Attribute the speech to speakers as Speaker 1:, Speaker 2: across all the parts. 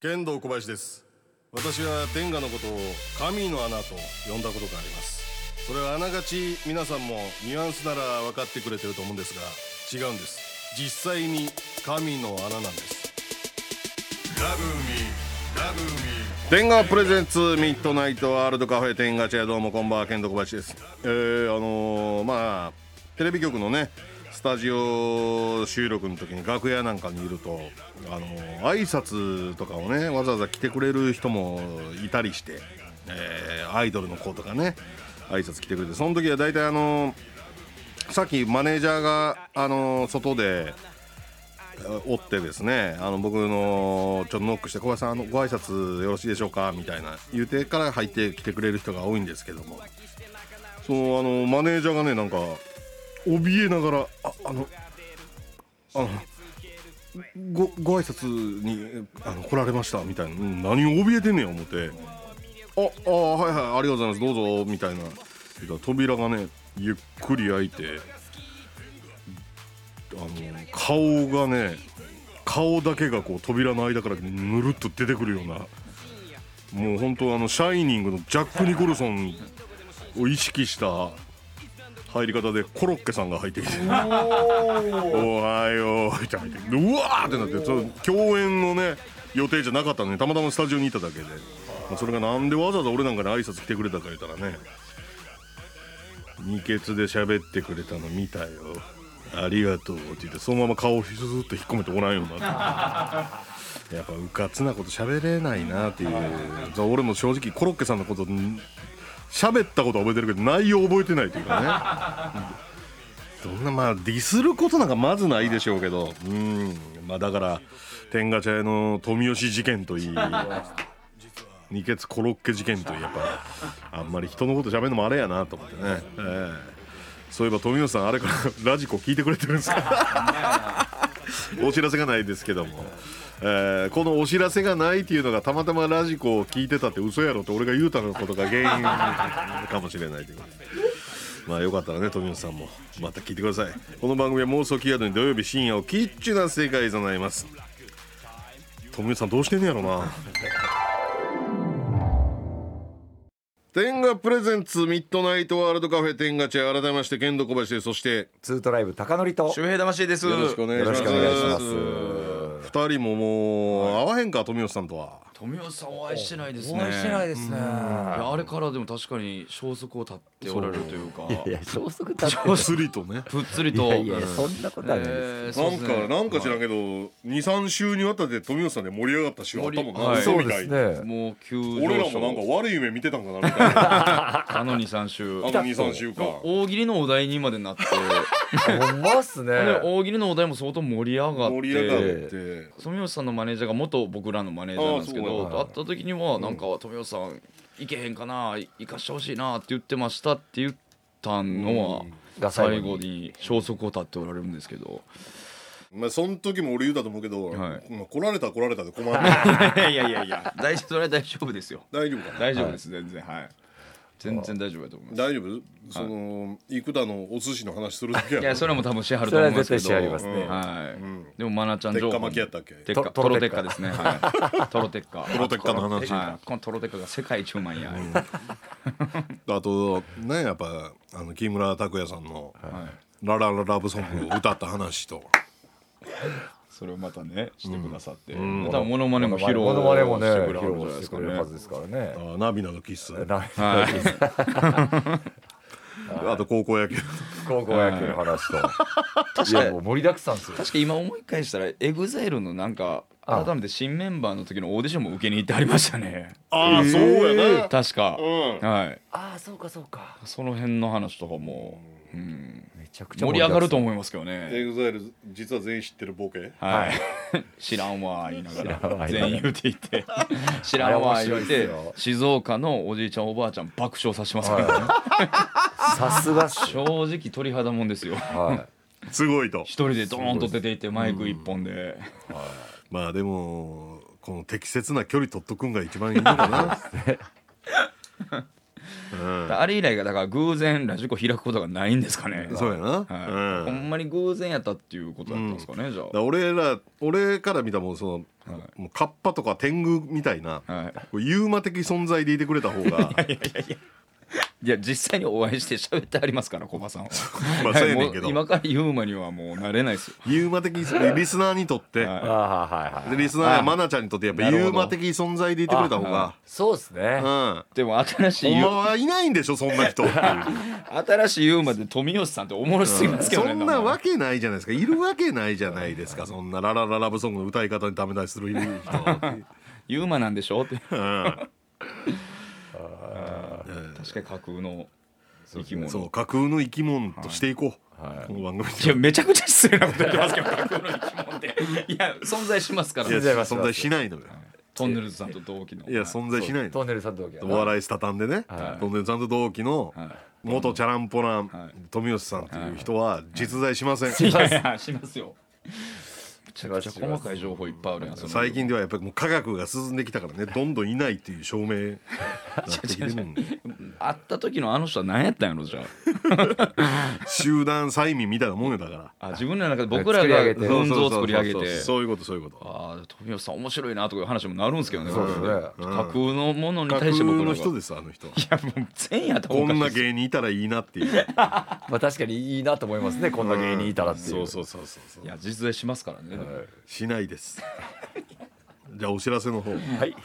Speaker 1: 剣道小林です私は天下のことを神の穴と呼んだことがありますそれはあながち皆さんもニュアンスなら分かってくれてると思うんですが違うんです実際に神の穴なんですラグミラグミ天下プレゼンツミッドナイトワールドカフェ天下チェアどうもこんばんは剣道小林ですえー、あのー、まあテレビ局のねスタジオ収録の時に楽屋なんかにいるとあの挨拶とかをねわざわざ来てくれる人もいたりして、えーアイドルの子とかね挨拶来てくれてその時は大体あのさっきマネージャーがあの外でおってですねあの僕のちょっとノックして「小林さんあのご挨拶よろしいでしょうか」みたいな言うてから入ってきてくれる人が多いんですけどもそのあのマネージャーがねなんか怯えながら「ああのあのごご挨拶にあの来られました」みたいなうん「何を怯えてんねん」思って「ああはいはいありがとうございますどうぞ」みたいな言ったら扉がねゆっくり開いてあの顔がね顔だけがこう扉の間からぬるっと出てくるようなもう本当あの「シャイニング」のジャック・ニコルソンを意識した入り方でコロッケさんが入ってきて「おはよう」って入ってきてうわーってなってその共演のね予定じゃなかったのにたまたまスタジオにいただけで、まあそれがなんでわざわざ俺なんかに挨拶来てくれたか言ったらね二ケツで喋ってくれたの見たよありがとうって言ってそのまま顔をひずっと引っ込めておらんようになってやっぱうかつなこと喋れないなっていう俺も正直コロッケさんのこと喋ったことは覚えてるけど内容覚えてないというかねそんなまあディスることなんかまずないでしょうけどうんまあだから天下茶屋の富吉事件といい二血コロッケ事件といいやっぱあんまり人のこと喋るのもあれやなと思ってね、ええそういえば富吉さんあれからラジコ聞いてくれてるんですかお知らせがないですけども、ええこのお知らせがないっていうのがたまたまラジコを聞いてたって嘘やろって俺が言うたのことが原因かもしれないということで。まあよかったらね富吉さんもまた聞いてくださいこの番組は妄想キーワードに土曜日深夜をキッチュな世界へ備えます富吉さんどうしてんねやろな天下プレゼンツミッドナイトワールドカフェ天下チェア改めまして剣道小林ですそして
Speaker 2: ツートライブ高典と
Speaker 3: 周平魂です。
Speaker 1: よろしくお願いします
Speaker 2: よろしくお願いします
Speaker 1: 二人ももう会わへんか富吉さんとは
Speaker 3: 富吉さんお会いしてないです
Speaker 2: お
Speaker 3: ね。
Speaker 2: 会いしてないですね
Speaker 3: いやあれからでも確かに消息を絶っておられるというか、
Speaker 2: いや消息だって
Speaker 1: ぽつりとね
Speaker 3: ぷっつり
Speaker 2: い
Speaker 3: と。
Speaker 2: やいやそんなことはないです
Speaker 3: えー
Speaker 1: な
Speaker 3: そうんです
Speaker 1: か、
Speaker 3: ね
Speaker 1: なんか知らんけど、二三週にわたって富吉さんで盛り上がった週あったもんな。
Speaker 3: はい
Speaker 1: 嘘
Speaker 2: そう
Speaker 1: みた
Speaker 2: で
Speaker 1: い
Speaker 2: す
Speaker 1: に
Speaker 2: ね
Speaker 3: もう急上昇。
Speaker 1: 俺らもなんか悪い夢見てたんかなみたい な。
Speaker 3: あの二三週。
Speaker 1: あの二三週間。
Speaker 3: 大喜利のお題にまで なって、
Speaker 2: ほんまっすね
Speaker 3: で大喜利のお題も相当盛り上がっ
Speaker 1: 盛り上が
Speaker 3: て。
Speaker 1: って。
Speaker 3: 富吉さんのマネージャーが元僕らのマネージャーなんですけ
Speaker 1: ああ
Speaker 3: ど
Speaker 1: そうなん
Speaker 3: 会った時にはなんか富吉さん行けへんかな行かしてほしいなって言ってましたって言ったのは
Speaker 2: が
Speaker 3: 最
Speaker 2: 最
Speaker 3: 後
Speaker 2: 後に
Speaker 3: に消息を絶っておられるんですけど
Speaker 1: まあその時も俺言うたと思うけど、
Speaker 3: はい
Speaker 1: まあ来られたら来られたで困 る。大
Speaker 3: いやいやいや 大丈夫それは大丈夫ですよ
Speaker 1: 丈夫かな。
Speaker 3: 大丈夫です全然はい全然大丈夫だと思います
Speaker 1: 大丈夫？その幾多のお寿司の話するだけや
Speaker 3: い
Speaker 1: ろ。
Speaker 3: やそれも多分しはると思いますけど
Speaker 2: それは絶対しはり
Speaker 3: はい、
Speaker 1: ん
Speaker 3: でもマナちゃん
Speaker 1: 鉄
Speaker 3: 情
Speaker 1: 火
Speaker 3: 報
Speaker 1: 巻きやったっけ？
Speaker 3: 鉄火
Speaker 2: と
Speaker 3: トロ鉄火ですね はいトロ鉄火ト
Speaker 1: ロ鉄火の話
Speaker 3: はい、このトロ鉄火が世界一うまいんや、
Speaker 1: あとねやっぱあの木村拓哉さんの
Speaker 3: はい
Speaker 1: ララララブソングを歌った話と。
Speaker 3: それをまたねしてくださって、またモノマネも披露
Speaker 2: モノマネもね
Speaker 3: してくれはるん
Speaker 2: 披
Speaker 3: じゃ
Speaker 2: 露
Speaker 3: ない
Speaker 2: し
Speaker 3: で
Speaker 2: て
Speaker 3: すか
Speaker 2: くれるはず
Speaker 3: ね
Speaker 2: ですからね
Speaker 1: あ涙のキッス。
Speaker 2: 来
Speaker 3: はい
Speaker 1: あと高校 野球。
Speaker 2: 高校野球の話といやもう盛りだくさんですよ
Speaker 3: 確か今思い返したらエグザイルのなんか
Speaker 2: ああ
Speaker 3: 改めて新メンバーの時のオーディションも受けに行ってありましたね
Speaker 1: ああそうやな。
Speaker 3: 確か、
Speaker 1: うん
Speaker 3: はい
Speaker 2: ああそうかそうか
Speaker 3: その辺の話とかも、うん、
Speaker 2: めちゃくちゃ
Speaker 3: 盛り上がると
Speaker 2: う
Speaker 3: 思いますけどね
Speaker 1: エグザイル実は全員知ってるボケ。
Speaker 3: はい 知らんわ言いなが
Speaker 2: 知らんわ
Speaker 3: ら
Speaker 2: 言いながら
Speaker 3: 全員言うてい て知らんわ言う
Speaker 2: あれ面白い
Speaker 3: て
Speaker 2: っすよ
Speaker 3: 静岡のおじいちゃんおばあちゃん爆笑させてますからね、
Speaker 2: さすがっす
Speaker 3: 正
Speaker 2: よ
Speaker 3: 直鳥肌もんですよ
Speaker 2: は
Speaker 1: すごいと。
Speaker 3: 一人でドーンと出ていってマイク一本で、
Speaker 1: まあでもこの適切な距離取っとくんが一番いいのかな。うん
Speaker 3: あれ以来がだから偶然ラジコ開くことがないんですかね。
Speaker 1: そうやな、
Speaker 3: はいほ
Speaker 1: うん
Speaker 3: んまに偶然やったっていうことだったんですかね、じゃ
Speaker 1: だから俺ら俺から見たらもうその、もうカッパとか天狗みたいな、
Speaker 3: あ。はい、
Speaker 1: こうユーマ的存在 でいてくれた方が
Speaker 3: いや実際にお会いして喋ってありますからコバさん は
Speaker 1: まあそうやねんけ
Speaker 3: も
Speaker 1: ど
Speaker 3: う今からユーマにはもうなれないですよ
Speaker 1: ユーマ的リスナーにとって、
Speaker 3: は
Speaker 2: ああはいはい
Speaker 1: でリスナーやマナちゃんにとってやっぱ
Speaker 3: なるほど
Speaker 1: ユーマ的存在でいてくれた方が
Speaker 2: そうですね
Speaker 1: うん
Speaker 3: でも新し
Speaker 1: ほ
Speaker 3: い
Speaker 1: ん
Speaker 3: ユ
Speaker 1: ま
Speaker 3: ー
Speaker 1: はいないんでしょそんな人っていう
Speaker 3: 新しいユーマで富吉さんっておもろすぎますけどね、
Speaker 1: そんなわけないじゃないですかいるわけないじゃないですかそんなララララブソングの歌い方にダメ出しする人、うん、
Speaker 3: ユーマなんでしょって
Speaker 1: うん
Speaker 3: 確かに架空の生き
Speaker 1: そ
Speaker 3: 物
Speaker 1: う架空の生き物としていこう、
Speaker 2: はい
Speaker 1: この番組
Speaker 3: いやめちゃくちゃ失礼なこと言ってますけど架空の生き物っていや存在しますから
Speaker 1: いや
Speaker 2: 存在はします
Speaker 1: 存在しないのよ
Speaker 3: トンネルズさんと同期の
Speaker 1: いや存在しないの
Speaker 2: トンネルさんと同期や
Speaker 1: お
Speaker 2: な
Speaker 1: 笑いスタタンでね、
Speaker 2: はい
Speaker 1: トンネルさんと同期の
Speaker 3: はい
Speaker 1: 元チャランポラン、
Speaker 3: はい
Speaker 1: 富吉さんという人は実在しません、
Speaker 3: いやいやしますよめちゃくちゃ
Speaker 2: します
Speaker 3: 細かい情報いっぱいあるやんその
Speaker 1: 最近ではやっぱりもう科学が進んできたからねどんどんいないっていう証明になってきてるんで
Speaker 3: 会った時のあの人は何やったんやろじゃ
Speaker 1: 集団催眠みたいなもんよだから
Speaker 3: ああ自分らの中で 僕ら
Speaker 2: 作り
Speaker 3: が
Speaker 2: 上げて
Speaker 3: 群像を作り上げ
Speaker 1: そうそうそう
Speaker 3: て
Speaker 1: そうそういうことそういうこと
Speaker 3: ああ富吉さん面白いなとかいう話もなるんですけどね
Speaker 2: そうですね
Speaker 3: これで架空のものに
Speaker 1: 架
Speaker 3: 対
Speaker 1: 空
Speaker 3: して僕らが
Speaker 1: の人
Speaker 3: い
Speaker 1: ですあの人
Speaker 3: やもう全やと
Speaker 1: こ
Speaker 3: 思
Speaker 1: んな芸人いたらいいなっていう
Speaker 2: まあ確かにいいなと思いますねこんな芸人いたらっていう
Speaker 1: そうそうそうそうそう
Speaker 3: いや実在しますからね、
Speaker 1: しないですじゃあお知らせの方はい、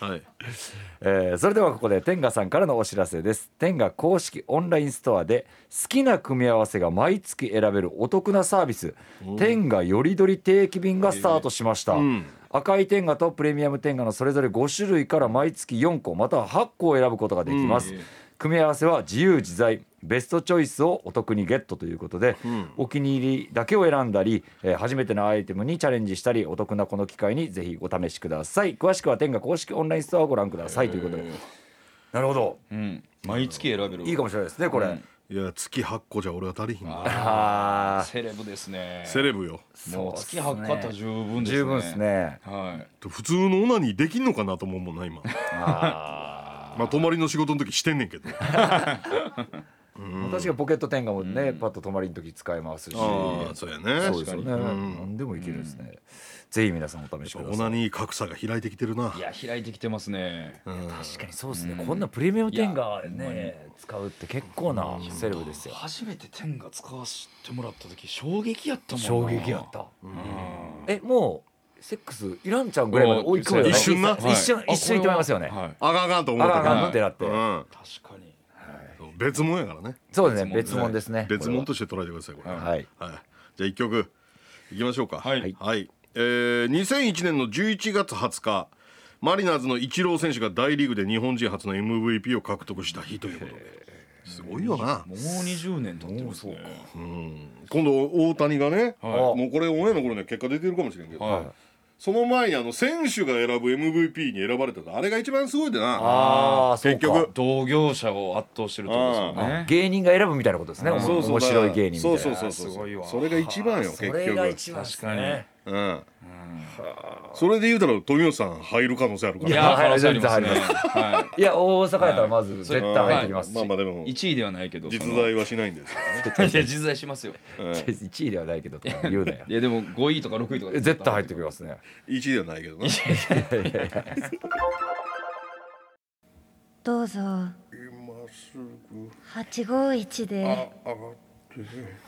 Speaker 2: えーそれではここで天賀さんからのお知らせです天賀公式オンラインストアで好きな組み合わせが毎月選べるお得なサービス天賀よりどり定期便がスタートしました、
Speaker 1: ん
Speaker 2: 赤い天賀とプレミアム天賀のそれぞれ5種類から毎月4個または8個を選ぶことができます、組み合わせは自由自在ベストチョイスをお得にゲットということで、お気に入りだけを選んだり、えー初めてのアイテムにチャレンジしたりお得なこの機会にぜひお試しください詳しくは天下公式オンラインストアをご覧くださいということでなるほど
Speaker 3: うん、毎月選べる
Speaker 2: いいかもしれないですねこれ、
Speaker 3: うん
Speaker 1: い、や月8個じゃ俺は足りひんな
Speaker 2: あ
Speaker 3: セレブですね
Speaker 1: セレブよ
Speaker 3: もう月8個あったら十分
Speaker 2: ー
Speaker 3: ですね
Speaker 2: 十分ですね
Speaker 3: はい
Speaker 1: 普通のオナニーできんのかなと思うもんな今まあ泊まりの仕事の時してんねんけど
Speaker 2: 私がポケット天下もね、パッと泊まりの時使えますし
Speaker 1: ああそうやね
Speaker 2: そうですよね何でもいけるんですね、ぜひ皆さんお試しくだ
Speaker 1: オ
Speaker 2: さ
Speaker 1: ナ
Speaker 2: い
Speaker 1: ニー格差が開いてきてるない
Speaker 3: や開いてきてますね
Speaker 2: 確かにそうですね、こんなプレミアム天下ね使うって結構なセレブですよ
Speaker 3: 初めて天が使わせてもらった時衝撃やったもんな
Speaker 2: 衝撃やった
Speaker 3: うん
Speaker 2: えもうセックスいらんちゃんぐらいまで追い込むよね
Speaker 1: 一瞬な
Speaker 2: 一瞬
Speaker 3: はい
Speaker 2: 一瞬いってまいりますよね、
Speaker 3: はい
Speaker 1: あかんあかんと思
Speaker 2: あ
Speaker 1: う
Speaker 2: らあ
Speaker 1: たけど
Speaker 2: ら
Speaker 1: な
Speaker 2: ってなって、
Speaker 1: うん
Speaker 3: 確かに
Speaker 1: そう別物やからね
Speaker 2: そうですね別物ですね
Speaker 1: 別物
Speaker 2: と
Speaker 1: として捉えてくださいこれ、はい
Speaker 2: はい
Speaker 1: じゃあ1曲いきましょうか
Speaker 3: はい
Speaker 1: えー2001年の11月20日マリナーズのイチロー選手が大リーグで日本人初の MVP を獲得した日ということですごいよな
Speaker 3: もう20年経ってますね
Speaker 1: 今度大谷がね、
Speaker 3: はい
Speaker 1: もうこれオンエアの頃には結果出てるかもしれんけど、
Speaker 3: はい
Speaker 1: その前にあの選手が選ぶ MVP に選ばれたのあれが一番すごいでな
Speaker 2: ああ
Speaker 1: 結局
Speaker 3: 同業者を圧倒してるってことですよね
Speaker 2: 芸人が選ぶみたいなことですね、おも面白い芸人みたいな
Speaker 1: そうそうそう
Speaker 3: す
Speaker 1: そ
Speaker 3: ごいうわ
Speaker 1: それが一番よ結
Speaker 2: そ
Speaker 1: 局
Speaker 2: れが一番です
Speaker 3: 確か
Speaker 2: ね
Speaker 1: うんそれで言うたら富吉さん入る可能性あるから
Speaker 3: い
Speaker 1: ね
Speaker 3: や
Speaker 2: はい
Speaker 3: 可能性ありますね
Speaker 2: 全然
Speaker 3: はい
Speaker 2: や大阪やったらまず絶対入ってきますし、
Speaker 1: まあまあでも
Speaker 3: い1位ではないけど
Speaker 1: 実在はしないんですよね
Speaker 3: 在いや実在しますよ
Speaker 2: 1位ではないけどとか言うなよ
Speaker 3: いやでも5位とか6位とかです
Speaker 2: 絶対入ってきますね
Speaker 1: 1位ではないけどな
Speaker 4: どうぞ八五一で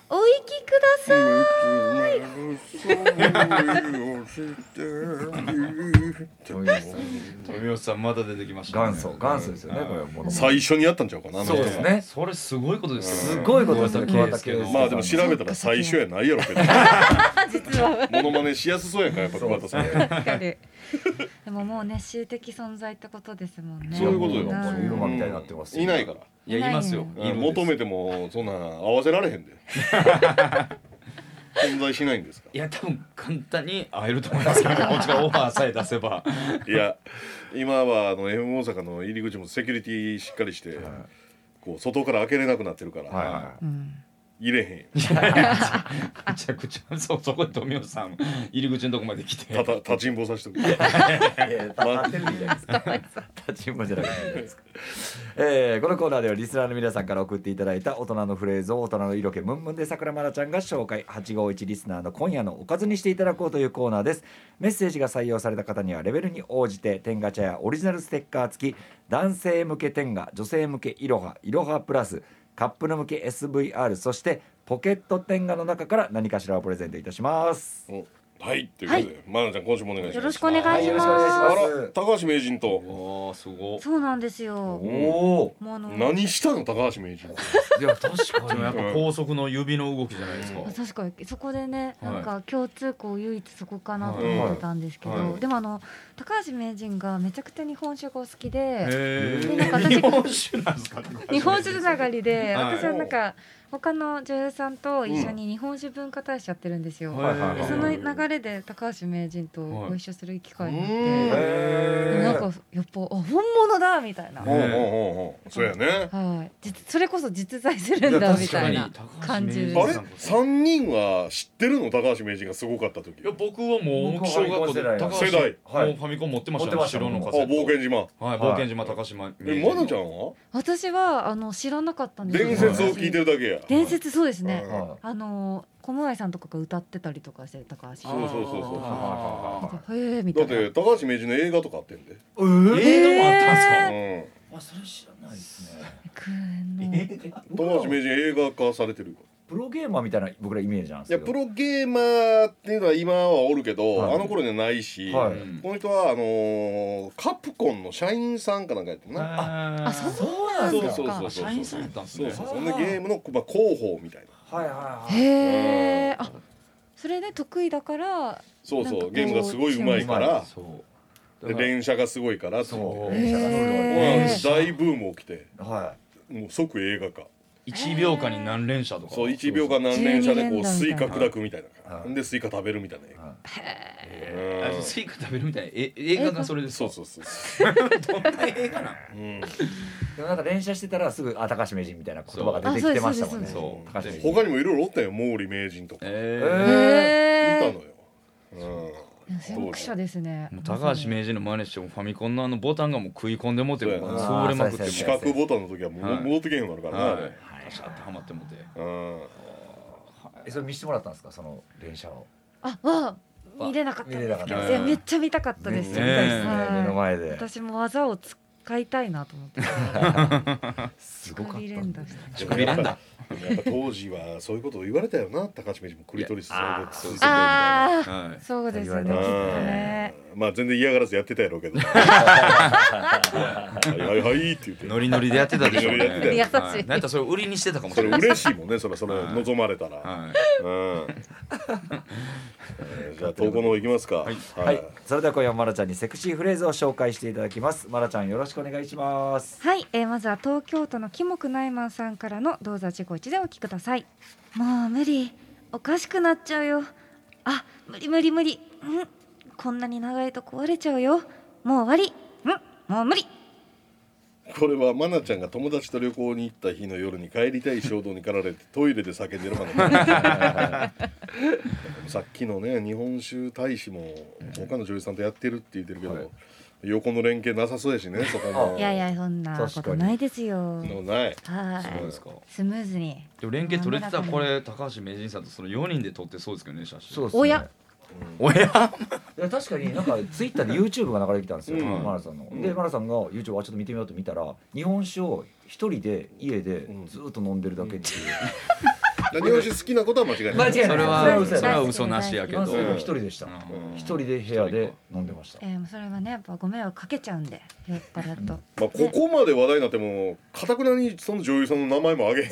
Speaker 4: お行きください
Speaker 3: 富吉さんまた出てきましたね
Speaker 2: 元祖元祖ですよねこれはもの
Speaker 1: 最初にやったんちゃうかな
Speaker 2: そうですね
Speaker 3: それすごいことですよ
Speaker 2: すごいことですね
Speaker 3: 桑田佳祐
Speaker 2: 桑田佳祐
Speaker 1: まあでも調べたら最初やないやろけどモノマネしやすそうやんからやっぱ桑田さん
Speaker 4: 確 かにでももうね周的存在ってことですもんね
Speaker 1: そういうことよ
Speaker 4: ん
Speaker 2: もうユーマみたいになってますよ
Speaker 1: いないから
Speaker 3: いやいますよいるんです
Speaker 1: 求めてもそんな合わせられへん で存在しないんですか
Speaker 3: いや多分簡単に会えると思いますけどこっちがオファーさえ出せば
Speaker 1: いや今はあの FM 大阪の入り口もセキュリティしっかりして、こう外から開けれなくなってるから、
Speaker 2: はいは
Speaker 4: うん
Speaker 1: 入れへん
Speaker 3: めちゃくちゃそうそこで富吉さん入り口のとこまで来て
Speaker 1: たた立ちんぼさせてく
Speaker 2: いいや立ってるじゃないですか
Speaker 1: ま
Speaker 2: 立ちんぼじゃなくていいじゃないですか。えーこのコーナーではリスナーの皆さんから送っていただいた大人のフレーズを大人の色気ムンムンで桜まらちゃんが紹介851リスナーの今夜のおかずにしていただこうというコーナーですメッセージが採用された方にはレベルに応じて天ガ茶やオリジナルステッカー付き男性向け天ガ女性向けいろはいろはプラスカップル向け SVR そしてポケット天ガの中から何かしらをプレゼントいたします
Speaker 1: はいということで、まなちゃん今週もお願いします
Speaker 4: よろしくお願
Speaker 2: はい
Speaker 4: し
Speaker 2: よろしくお願いし
Speaker 4: ま
Speaker 2: ます
Speaker 1: あら高橋名人と
Speaker 3: あすごい
Speaker 4: すそうなんですよ
Speaker 2: おお
Speaker 4: もうあの
Speaker 1: 何したの高橋名人
Speaker 3: いや確かにやっぱ高速の指の動きじゃないですか
Speaker 4: 確かにそこでね、
Speaker 3: はい
Speaker 4: なんか共通項唯一そこかなと思ってたんですけど、
Speaker 3: はいはい
Speaker 4: でもあの高橋名人がめちゃくちゃ日本酒がお好きで
Speaker 3: へ
Speaker 4: でなんか私
Speaker 3: ー日本酒なんですか
Speaker 4: 日本酒つながりで、
Speaker 3: はい
Speaker 4: 私はなんか他の女優さんと一緒に日本酒文化大使やってるんですよ、
Speaker 3: はいはいはい
Speaker 4: でその流れで高橋名人とご一緒する機会があって、
Speaker 1: はい
Speaker 4: でなんかやっぱあ本物だみたいな、
Speaker 1: おうおうおうおうそうやね
Speaker 4: はい、実それこそ実在するんだみたいな感じです
Speaker 1: あれ三人は知ってるの高橋名人がすごかった時
Speaker 3: いや
Speaker 1: あ
Speaker 3: 僕はもう小学校で高橋
Speaker 1: 世代
Speaker 2: はい
Speaker 3: もうファミコン持ってました
Speaker 2: 持ってました
Speaker 3: 白のカセット
Speaker 1: 冒険島
Speaker 3: はい冒険島高島
Speaker 1: えまなちゃんは
Speaker 4: 私はあの知らなかったんですよ
Speaker 1: 伝説を聞いてるだけや
Speaker 4: 伝説そうですね、
Speaker 1: うん
Speaker 2: は
Speaker 4: あの小室井さんとかが歌ってたりとかして高
Speaker 1: そ
Speaker 4: 橋
Speaker 1: うそうそうそう
Speaker 3: あ
Speaker 4: なんかへえみた
Speaker 1: だっ
Speaker 4: いな
Speaker 1: て高橋名人の映画とかあってんで
Speaker 3: ー映画もあったんですか
Speaker 1: うん
Speaker 5: あそれ知らないですね
Speaker 4: くんの
Speaker 1: 高橋名人映画化されてる
Speaker 2: プロゲーマーみたいな僕らイメージなんで
Speaker 1: い
Speaker 2: すけ
Speaker 1: や
Speaker 2: ど
Speaker 1: プロゲーマーっていうのは今はおるけど、
Speaker 2: はい
Speaker 1: あの頃にはないし、
Speaker 2: はい
Speaker 1: この人はあのーカプコンの社員さんかなんかやってるな。
Speaker 3: あ
Speaker 4: あそうなん
Speaker 1: そう
Speaker 4: で
Speaker 1: そ
Speaker 4: す
Speaker 1: う
Speaker 4: か
Speaker 1: そうそう
Speaker 3: 社員さんやったんですね
Speaker 1: そうそうそんでゲームの、まあ、広報みたいな
Speaker 2: はいはいはい
Speaker 4: へえあそれで得意だから
Speaker 1: そうそ
Speaker 4: なんか
Speaker 1: う
Speaker 4: こう
Speaker 1: ゲームがすごいうまいから
Speaker 3: そう
Speaker 1: で連射がすごいからって
Speaker 2: そう
Speaker 3: へー
Speaker 2: 電車が乗るのが
Speaker 1: まあ
Speaker 4: へー
Speaker 1: 大ブーム起きて
Speaker 2: は
Speaker 1: もう即映画化
Speaker 3: 1秒間に何連射とか
Speaker 1: そう1秒間何連射でこう
Speaker 4: 12連打みたいな
Speaker 1: スイカ砕くみたいな、
Speaker 2: はい
Speaker 1: でスイカ食べるみたいな映
Speaker 2: い
Speaker 1: 画、
Speaker 2: はい
Speaker 3: あスイカ食べるみたいなえ映画がそれです
Speaker 1: そう
Speaker 3: か
Speaker 1: そうそうそう
Speaker 3: どんな映 画なん
Speaker 1: うん
Speaker 2: でもなんか連射してたらすぐ「あ高橋名人」みたいな言葉が出てきてましたもんね。
Speaker 3: そうあそ
Speaker 2: 高
Speaker 3: う
Speaker 2: 橋
Speaker 3: ですそうです
Speaker 2: 名人
Speaker 1: 他にもいろいろおったよ毛利名人とか、
Speaker 2: へ
Speaker 3: え
Speaker 1: いた
Speaker 4: へえ
Speaker 1: のよ、うん
Speaker 4: 先駆者ですね
Speaker 3: 高橋名人の真似してもファミコンのあのボタンがもう食い込んでもうてる
Speaker 1: そう
Speaker 2: や
Speaker 3: 潰れまくって
Speaker 2: あー
Speaker 1: 四
Speaker 2: そう
Speaker 1: 角ボタンの時はもう、
Speaker 3: はい
Speaker 1: 戻ってけへんようになるからな、
Speaker 3: はいパシャってはまってもうて
Speaker 1: うん
Speaker 2: えそれ見せてもらったんですかその連射を。
Speaker 4: あわ見れなかった
Speaker 2: 見れなかった
Speaker 4: いやめっちゃ見たかったです
Speaker 2: ね
Speaker 3: ね
Speaker 2: 目の
Speaker 4: は
Speaker 2: 前
Speaker 4: い
Speaker 2: で。
Speaker 4: 私も技を使いたいなと思 って
Speaker 2: すごかっ
Speaker 4: 首
Speaker 2: た
Speaker 4: 連
Speaker 2: ん
Speaker 4: 打
Speaker 2: だ。
Speaker 4: し
Speaker 1: で
Speaker 4: て
Speaker 1: もやっぱやっぱ当時はそういうことを言われたよな高橋名人もクリトリス
Speaker 2: や
Speaker 1: を続けて
Speaker 4: ああ
Speaker 3: はい
Speaker 4: そうですねきっ
Speaker 2: 言
Speaker 4: と
Speaker 2: われー
Speaker 4: ね
Speaker 1: うんまあ全然嫌がらずやってたやろうけどはいはいはいって言って
Speaker 3: ノリノリでやってたでしょうね
Speaker 1: ノリノ
Speaker 4: リでやってたよ
Speaker 3: はいなんかそれ売りにしてたかもし
Speaker 1: そ
Speaker 3: れ
Speaker 1: れ
Speaker 3: ない
Speaker 1: 嬉しいもんねそれそれ望まれたら、
Speaker 3: はい
Speaker 1: うん えーじゃあ投稿の方いきますかはい、
Speaker 2: はい、それでは今夜はマラちゃんにセクシーフレーズを紹介していただきます。マラちゃんよろしくお願いします。
Speaker 4: はい、えー、まずは東京都のキモクナイマンさんからの銅座地獄一でお聞きくださいもう無理おかしくなっちゃうよあ無理無理無理うんこんなに長いと壊れちゃうよもう終わりうんもう無理
Speaker 1: これはマナちゃんが友達と旅行に行った日の夜に帰りたい衝動に駆られてトイレで叫んで るマナちゃんさっきのね日本酒大使も他の女優さんとやってるって言ってるけど、横の連携なさそうやしねそこも
Speaker 4: いやいやそんなこ
Speaker 2: 確か
Speaker 4: と
Speaker 2: に
Speaker 4: ないですよ
Speaker 1: のない
Speaker 4: は
Speaker 3: そうで
Speaker 4: い
Speaker 3: すか
Speaker 4: スムーズに
Speaker 3: でも連携取れてたらこれ高橋名人さんとその4人で撮ってそうですけどね写真
Speaker 2: そうです
Speaker 4: ねおや。
Speaker 3: おや
Speaker 2: いや確かになんかツイッターで YouTube が流れてきたんですよ、
Speaker 1: うん
Speaker 2: マラさんの。でマラさんが YouTube をあちょっと見てみようと見たら日本酒を一人で家でずっと飲んでるだけっていう。
Speaker 1: 日本酒好きなことは間違いない
Speaker 2: 間違いない
Speaker 3: それ
Speaker 2: それは
Speaker 3: は
Speaker 2: 嘘や
Speaker 3: それは嘘なしやけど
Speaker 2: マラさんが一人でした。
Speaker 3: うん
Speaker 2: 一人で部屋で飲んでました。
Speaker 4: えー、それはねやっぱご迷惑かけちゃうんで酔っ払うと
Speaker 1: まあ、ここまで話題になってもかたくなにその女優さんの名前も挙げへん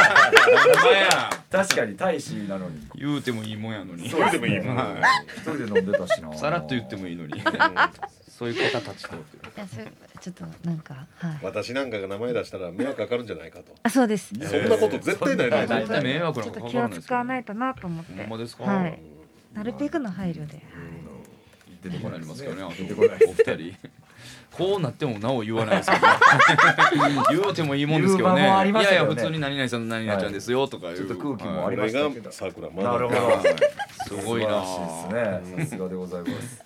Speaker 3: お前や
Speaker 2: 確かに大使なのに
Speaker 3: 言うてもいいもんやのに
Speaker 1: それでもいいもん、
Speaker 2: 一人で飲んでたしな。
Speaker 3: さらっと言っても
Speaker 2: い
Speaker 3: いいのにそういう方たちとっていう
Speaker 4: いやそれちょっとなんかはい
Speaker 1: 私なんかが名前出したら迷惑かかるんじゃないかと
Speaker 4: あそうです
Speaker 1: そんなこと絶対ないな
Speaker 3: そんな絶対迷惑
Speaker 4: ち
Speaker 3: なん
Speaker 4: ょ
Speaker 3: か
Speaker 4: っと
Speaker 3: かか
Speaker 4: 気
Speaker 3: らない
Speaker 4: を
Speaker 3: です
Speaker 4: 使
Speaker 3: けど
Speaker 4: わないとなと思っ
Speaker 3: ほ
Speaker 4: て
Speaker 3: んまですか
Speaker 4: はいなるべくの配慮で
Speaker 2: 出
Speaker 3: 出てこないますけどね、あ
Speaker 2: 出てこない
Speaker 3: とお二人。こうなってもなお言わないですけど、ね、言うてもいいもんですけどね。
Speaker 2: 言う場もありま
Speaker 3: い
Speaker 2: す
Speaker 3: や
Speaker 2: け
Speaker 3: い
Speaker 2: どね
Speaker 3: や普通に何々さん何々ちゃんですよとかいう。
Speaker 2: ちょっと空気もあ
Speaker 1: こ
Speaker 2: り
Speaker 3: り。
Speaker 1: れが桜まな
Speaker 2: なるほど
Speaker 3: すごいな。
Speaker 2: 素晴らしいですね。さすがでございます。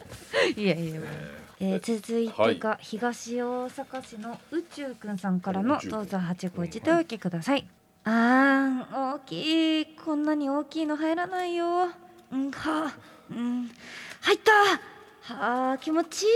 Speaker 4: いやいやえー続いてが東大阪市の宇宙くんさんからの
Speaker 6: 宇宙くん
Speaker 4: どうぞ851でお受けください、あー大きいこんなに大きいの入らないようんはうん入ったはあ気持ちいい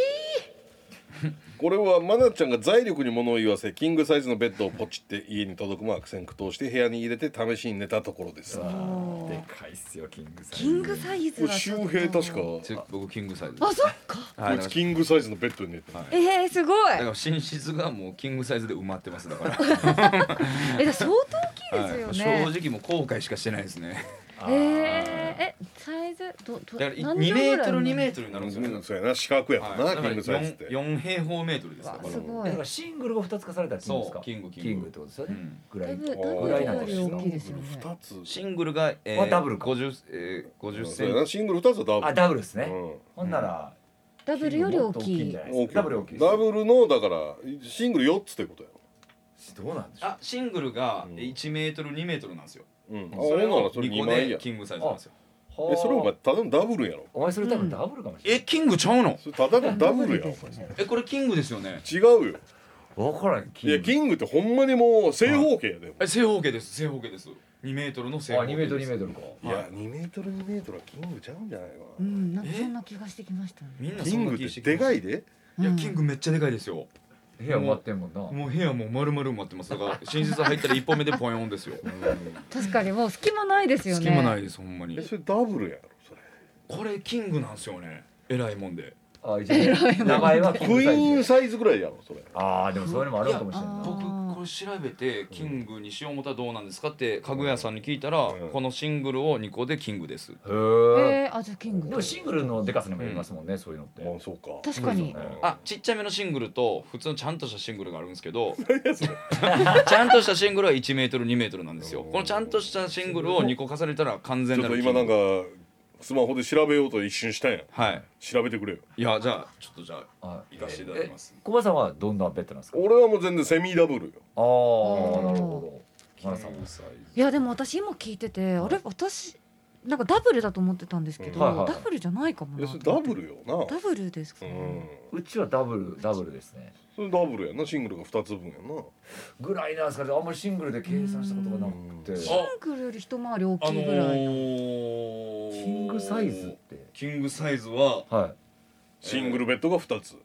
Speaker 1: これはマナちゃんが財力に物を言わせキングサイズのベッドをポチって家に届くも悪戦苦闘して部屋に入れて試しに寝たところです
Speaker 4: おー
Speaker 2: かいっすよキングサイズ
Speaker 4: キングサイズはちょっ
Speaker 1: 周
Speaker 4: と
Speaker 1: 平確か
Speaker 3: 僕キングサイズ
Speaker 4: あそっか
Speaker 3: はい
Speaker 1: こ
Speaker 3: だ
Speaker 1: いつ
Speaker 3: か
Speaker 1: キングサイズのベッドに寝てた
Speaker 3: はい
Speaker 4: えー、すご
Speaker 3: ら
Speaker 4: い
Speaker 3: だから寝室がもうキングサイズで埋まってますだから
Speaker 4: えだから相当大きい
Speaker 3: は
Speaker 4: で
Speaker 3: い
Speaker 4: す
Speaker 3: 正
Speaker 4: よね、
Speaker 3: 直もう後悔しかしてないですね
Speaker 4: えー、えサイズどど
Speaker 3: だから2
Speaker 4: 何畳ぐ
Speaker 3: メ
Speaker 4: らい
Speaker 3: ートル2メ
Speaker 4: ー
Speaker 3: ートルになるんですよ
Speaker 1: う
Speaker 3: ね
Speaker 1: んそうやな四角やもんな、
Speaker 3: はいだか
Speaker 1: キ
Speaker 3: ら
Speaker 1: ングサイズって
Speaker 3: 4, 4平方メートルですだから
Speaker 4: すごい
Speaker 2: だからシングルが二つ重ねたらキングですか
Speaker 3: そうキングキング
Speaker 2: キングってことですよね、
Speaker 3: うん
Speaker 2: ぐ
Speaker 4: だ
Speaker 2: ら
Speaker 4: い
Speaker 2: い
Speaker 4: ぶだい
Speaker 1: お
Speaker 4: ぶ
Speaker 1: ー
Speaker 4: より大きいですよね
Speaker 1: 二つ
Speaker 3: シングルが、え
Speaker 2: はダブルか
Speaker 3: 50えー50セ
Speaker 1: そうや
Speaker 3: ン
Speaker 1: なシングル二つはダブル
Speaker 2: あダブルですね、
Speaker 1: うん
Speaker 2: ほんなら
Speaker 4: ダブルより大きい
Speaker 2: キングもっとんじゃなですかダブル大きいです
Speaker 1: ダブルのだからシングル4つってことや
Speaker 2: どうなんでし
Speaker 3: チあシングルが
Speaker 1: うん
Speaker 3: 1メートル2メートルなんですよ
Speaker 1: ろ、うん、あ
Speaker 3: そ
Speaker 1: ほ
Speaker 3: れ
Speaker 1: んなら
Speaker 3: を
Speaker 1: それ
Speaker 3: 2
Speaker 1: 2
Speaker 3: 個
Speaker 1: 枚
Speaker 3: で
Speaker 1: や
Speaker 3: キングサイズなんですよ
Speaker 2: ょう
Speaker 1: えそれお前ただのダブルやろ
Speaker 2: お前それ多分ダブルかもしれな
Speaker 3: え
Speaker 2: い、
Speaker 3: キングちゃうの
Speaker 1: それただのダブルやろ
Speaker 3: えこれキングですよね
Speaker 1: 違うよ
Speaker 2: 分からんキ
Speaker 1: いやキングってほんまにもう正方形やで、
Speaker 3: え正方形です正方形です2メートルの正方
Speaker 2: あ2
Speaker 3: 形
Speaker 2: メートル
Speaker 3: で
Speaker 2: 2
Speaker 3: す
Speaker 2: メートルか
Speaker 1: いや2メートル2メートルはキングちゃうんじゃないか
Speaker 4: う
Speaker 1: な、
Speaker 4: んなんかそんな気がしてきましたね
Speaker 3: みんな
Speaker 1: キ
Speaker 3: そん
Speaker 1: ング
Speaker 3: な
Speaker 1: っ
Speaker 3: 気して
Speaker 1: で
Speaker 3: てきま
Speaker 1: か
Speaker 3: す
Speaker 1: いで
Speaker 3: いやキングめっちゃでかいですよ
Speaker 2: 部屋埋まってんもんな
Speaker 3: もう部屋も丸々埋まってますだから寝室入ったら一本目でポヨンですよ
Speaker 4: 確かにもう隙間ないですよね
Speaker 3: 隙間ないですほんまに
Speaker 1: えそれダブルやろそれ
Speaker 3: これキングなんですよねえらいもんで
Speaker 2: あ 一応名前はキン
Speaker 1: ク
Speaker 2: グ
Speaker 1: イ
Speaker 2: サイズ
Speaker 1: ーンサイズぐらいやろそれ
Speaker 2: ああでもそういうのもあるのかもしれん
Speaker 4: いや
Speaker 2: な
Speaker 4: あー
Speaker 3: 僕これ調べてキングにしよう思ったらどうなんですかって家具屋さんに聞いたら、
Speaker 1: ん
Speaker 3: このシングルを2個でキングです
Speaker 2: へえ
Speaker 4: えー、あじゃあキング
Speaker 2: でもシングルのデカさにもよりますもんね、そういうのって
Speaker 1: あそうか
Speaker 4: 確かに
Speaker 3: あちっちゃめのシングルと普通のちゃんとしたシングルがあるんですけ どちゃんとしたシングルは1メートル2メートルなんですよこのちゃんとしたシングルを2個重ねたら完全
Speaker 1: ちょ
Speaker 3: な
Speaker 1: っと
Speaker 3: るキン
Speaker 1: 今
Speaker 3: グ
Speaker 1: なんかスマホで調べようと一瞬したんや
Speaker 3: はい
Speaker 1: 調べてくれよ
Speaker 3: いやじゃあちょっとじゃあ
Speaker 2: はい
Speaker 3: 行かせていただきます
Speaker 2: 小林さんはどんなベッドなんですかあ
Speaker 1: 俺はもう全然セミダブルよ
Speaker 2: あーなるほど原さんも
Speaker 4: いやでも私今聞いててあれ私なんかダブルだと思ってたんですけど、
Speaker 2: うんはいはい
Speaker 4: ダブルじゃないかも
Speaker 1: いや
Speaker 4: な
Speaker 1: それ
Speaker 4: と
Speaker 1: ダ
Speaker 4: 思って
Speaker 1: ブルよな
Speaker 4: ダブルですか、
Speaker 1: うん
Speaker 2: うちはダブルダブルですね
Speaker 1: それダブルやなシングルが2つ分やな
Speaker 2: ぐらいなんですかねあんまりシングルで計算したことがなくて
Speaker 4: シングルより一回り大きいぐらいの、
Speaker 3: ー
Speaker 2: キングサイズって
Speaker 3: キングサイズは
Speaker 2: は
Speaker 1: シングルベッドが2つ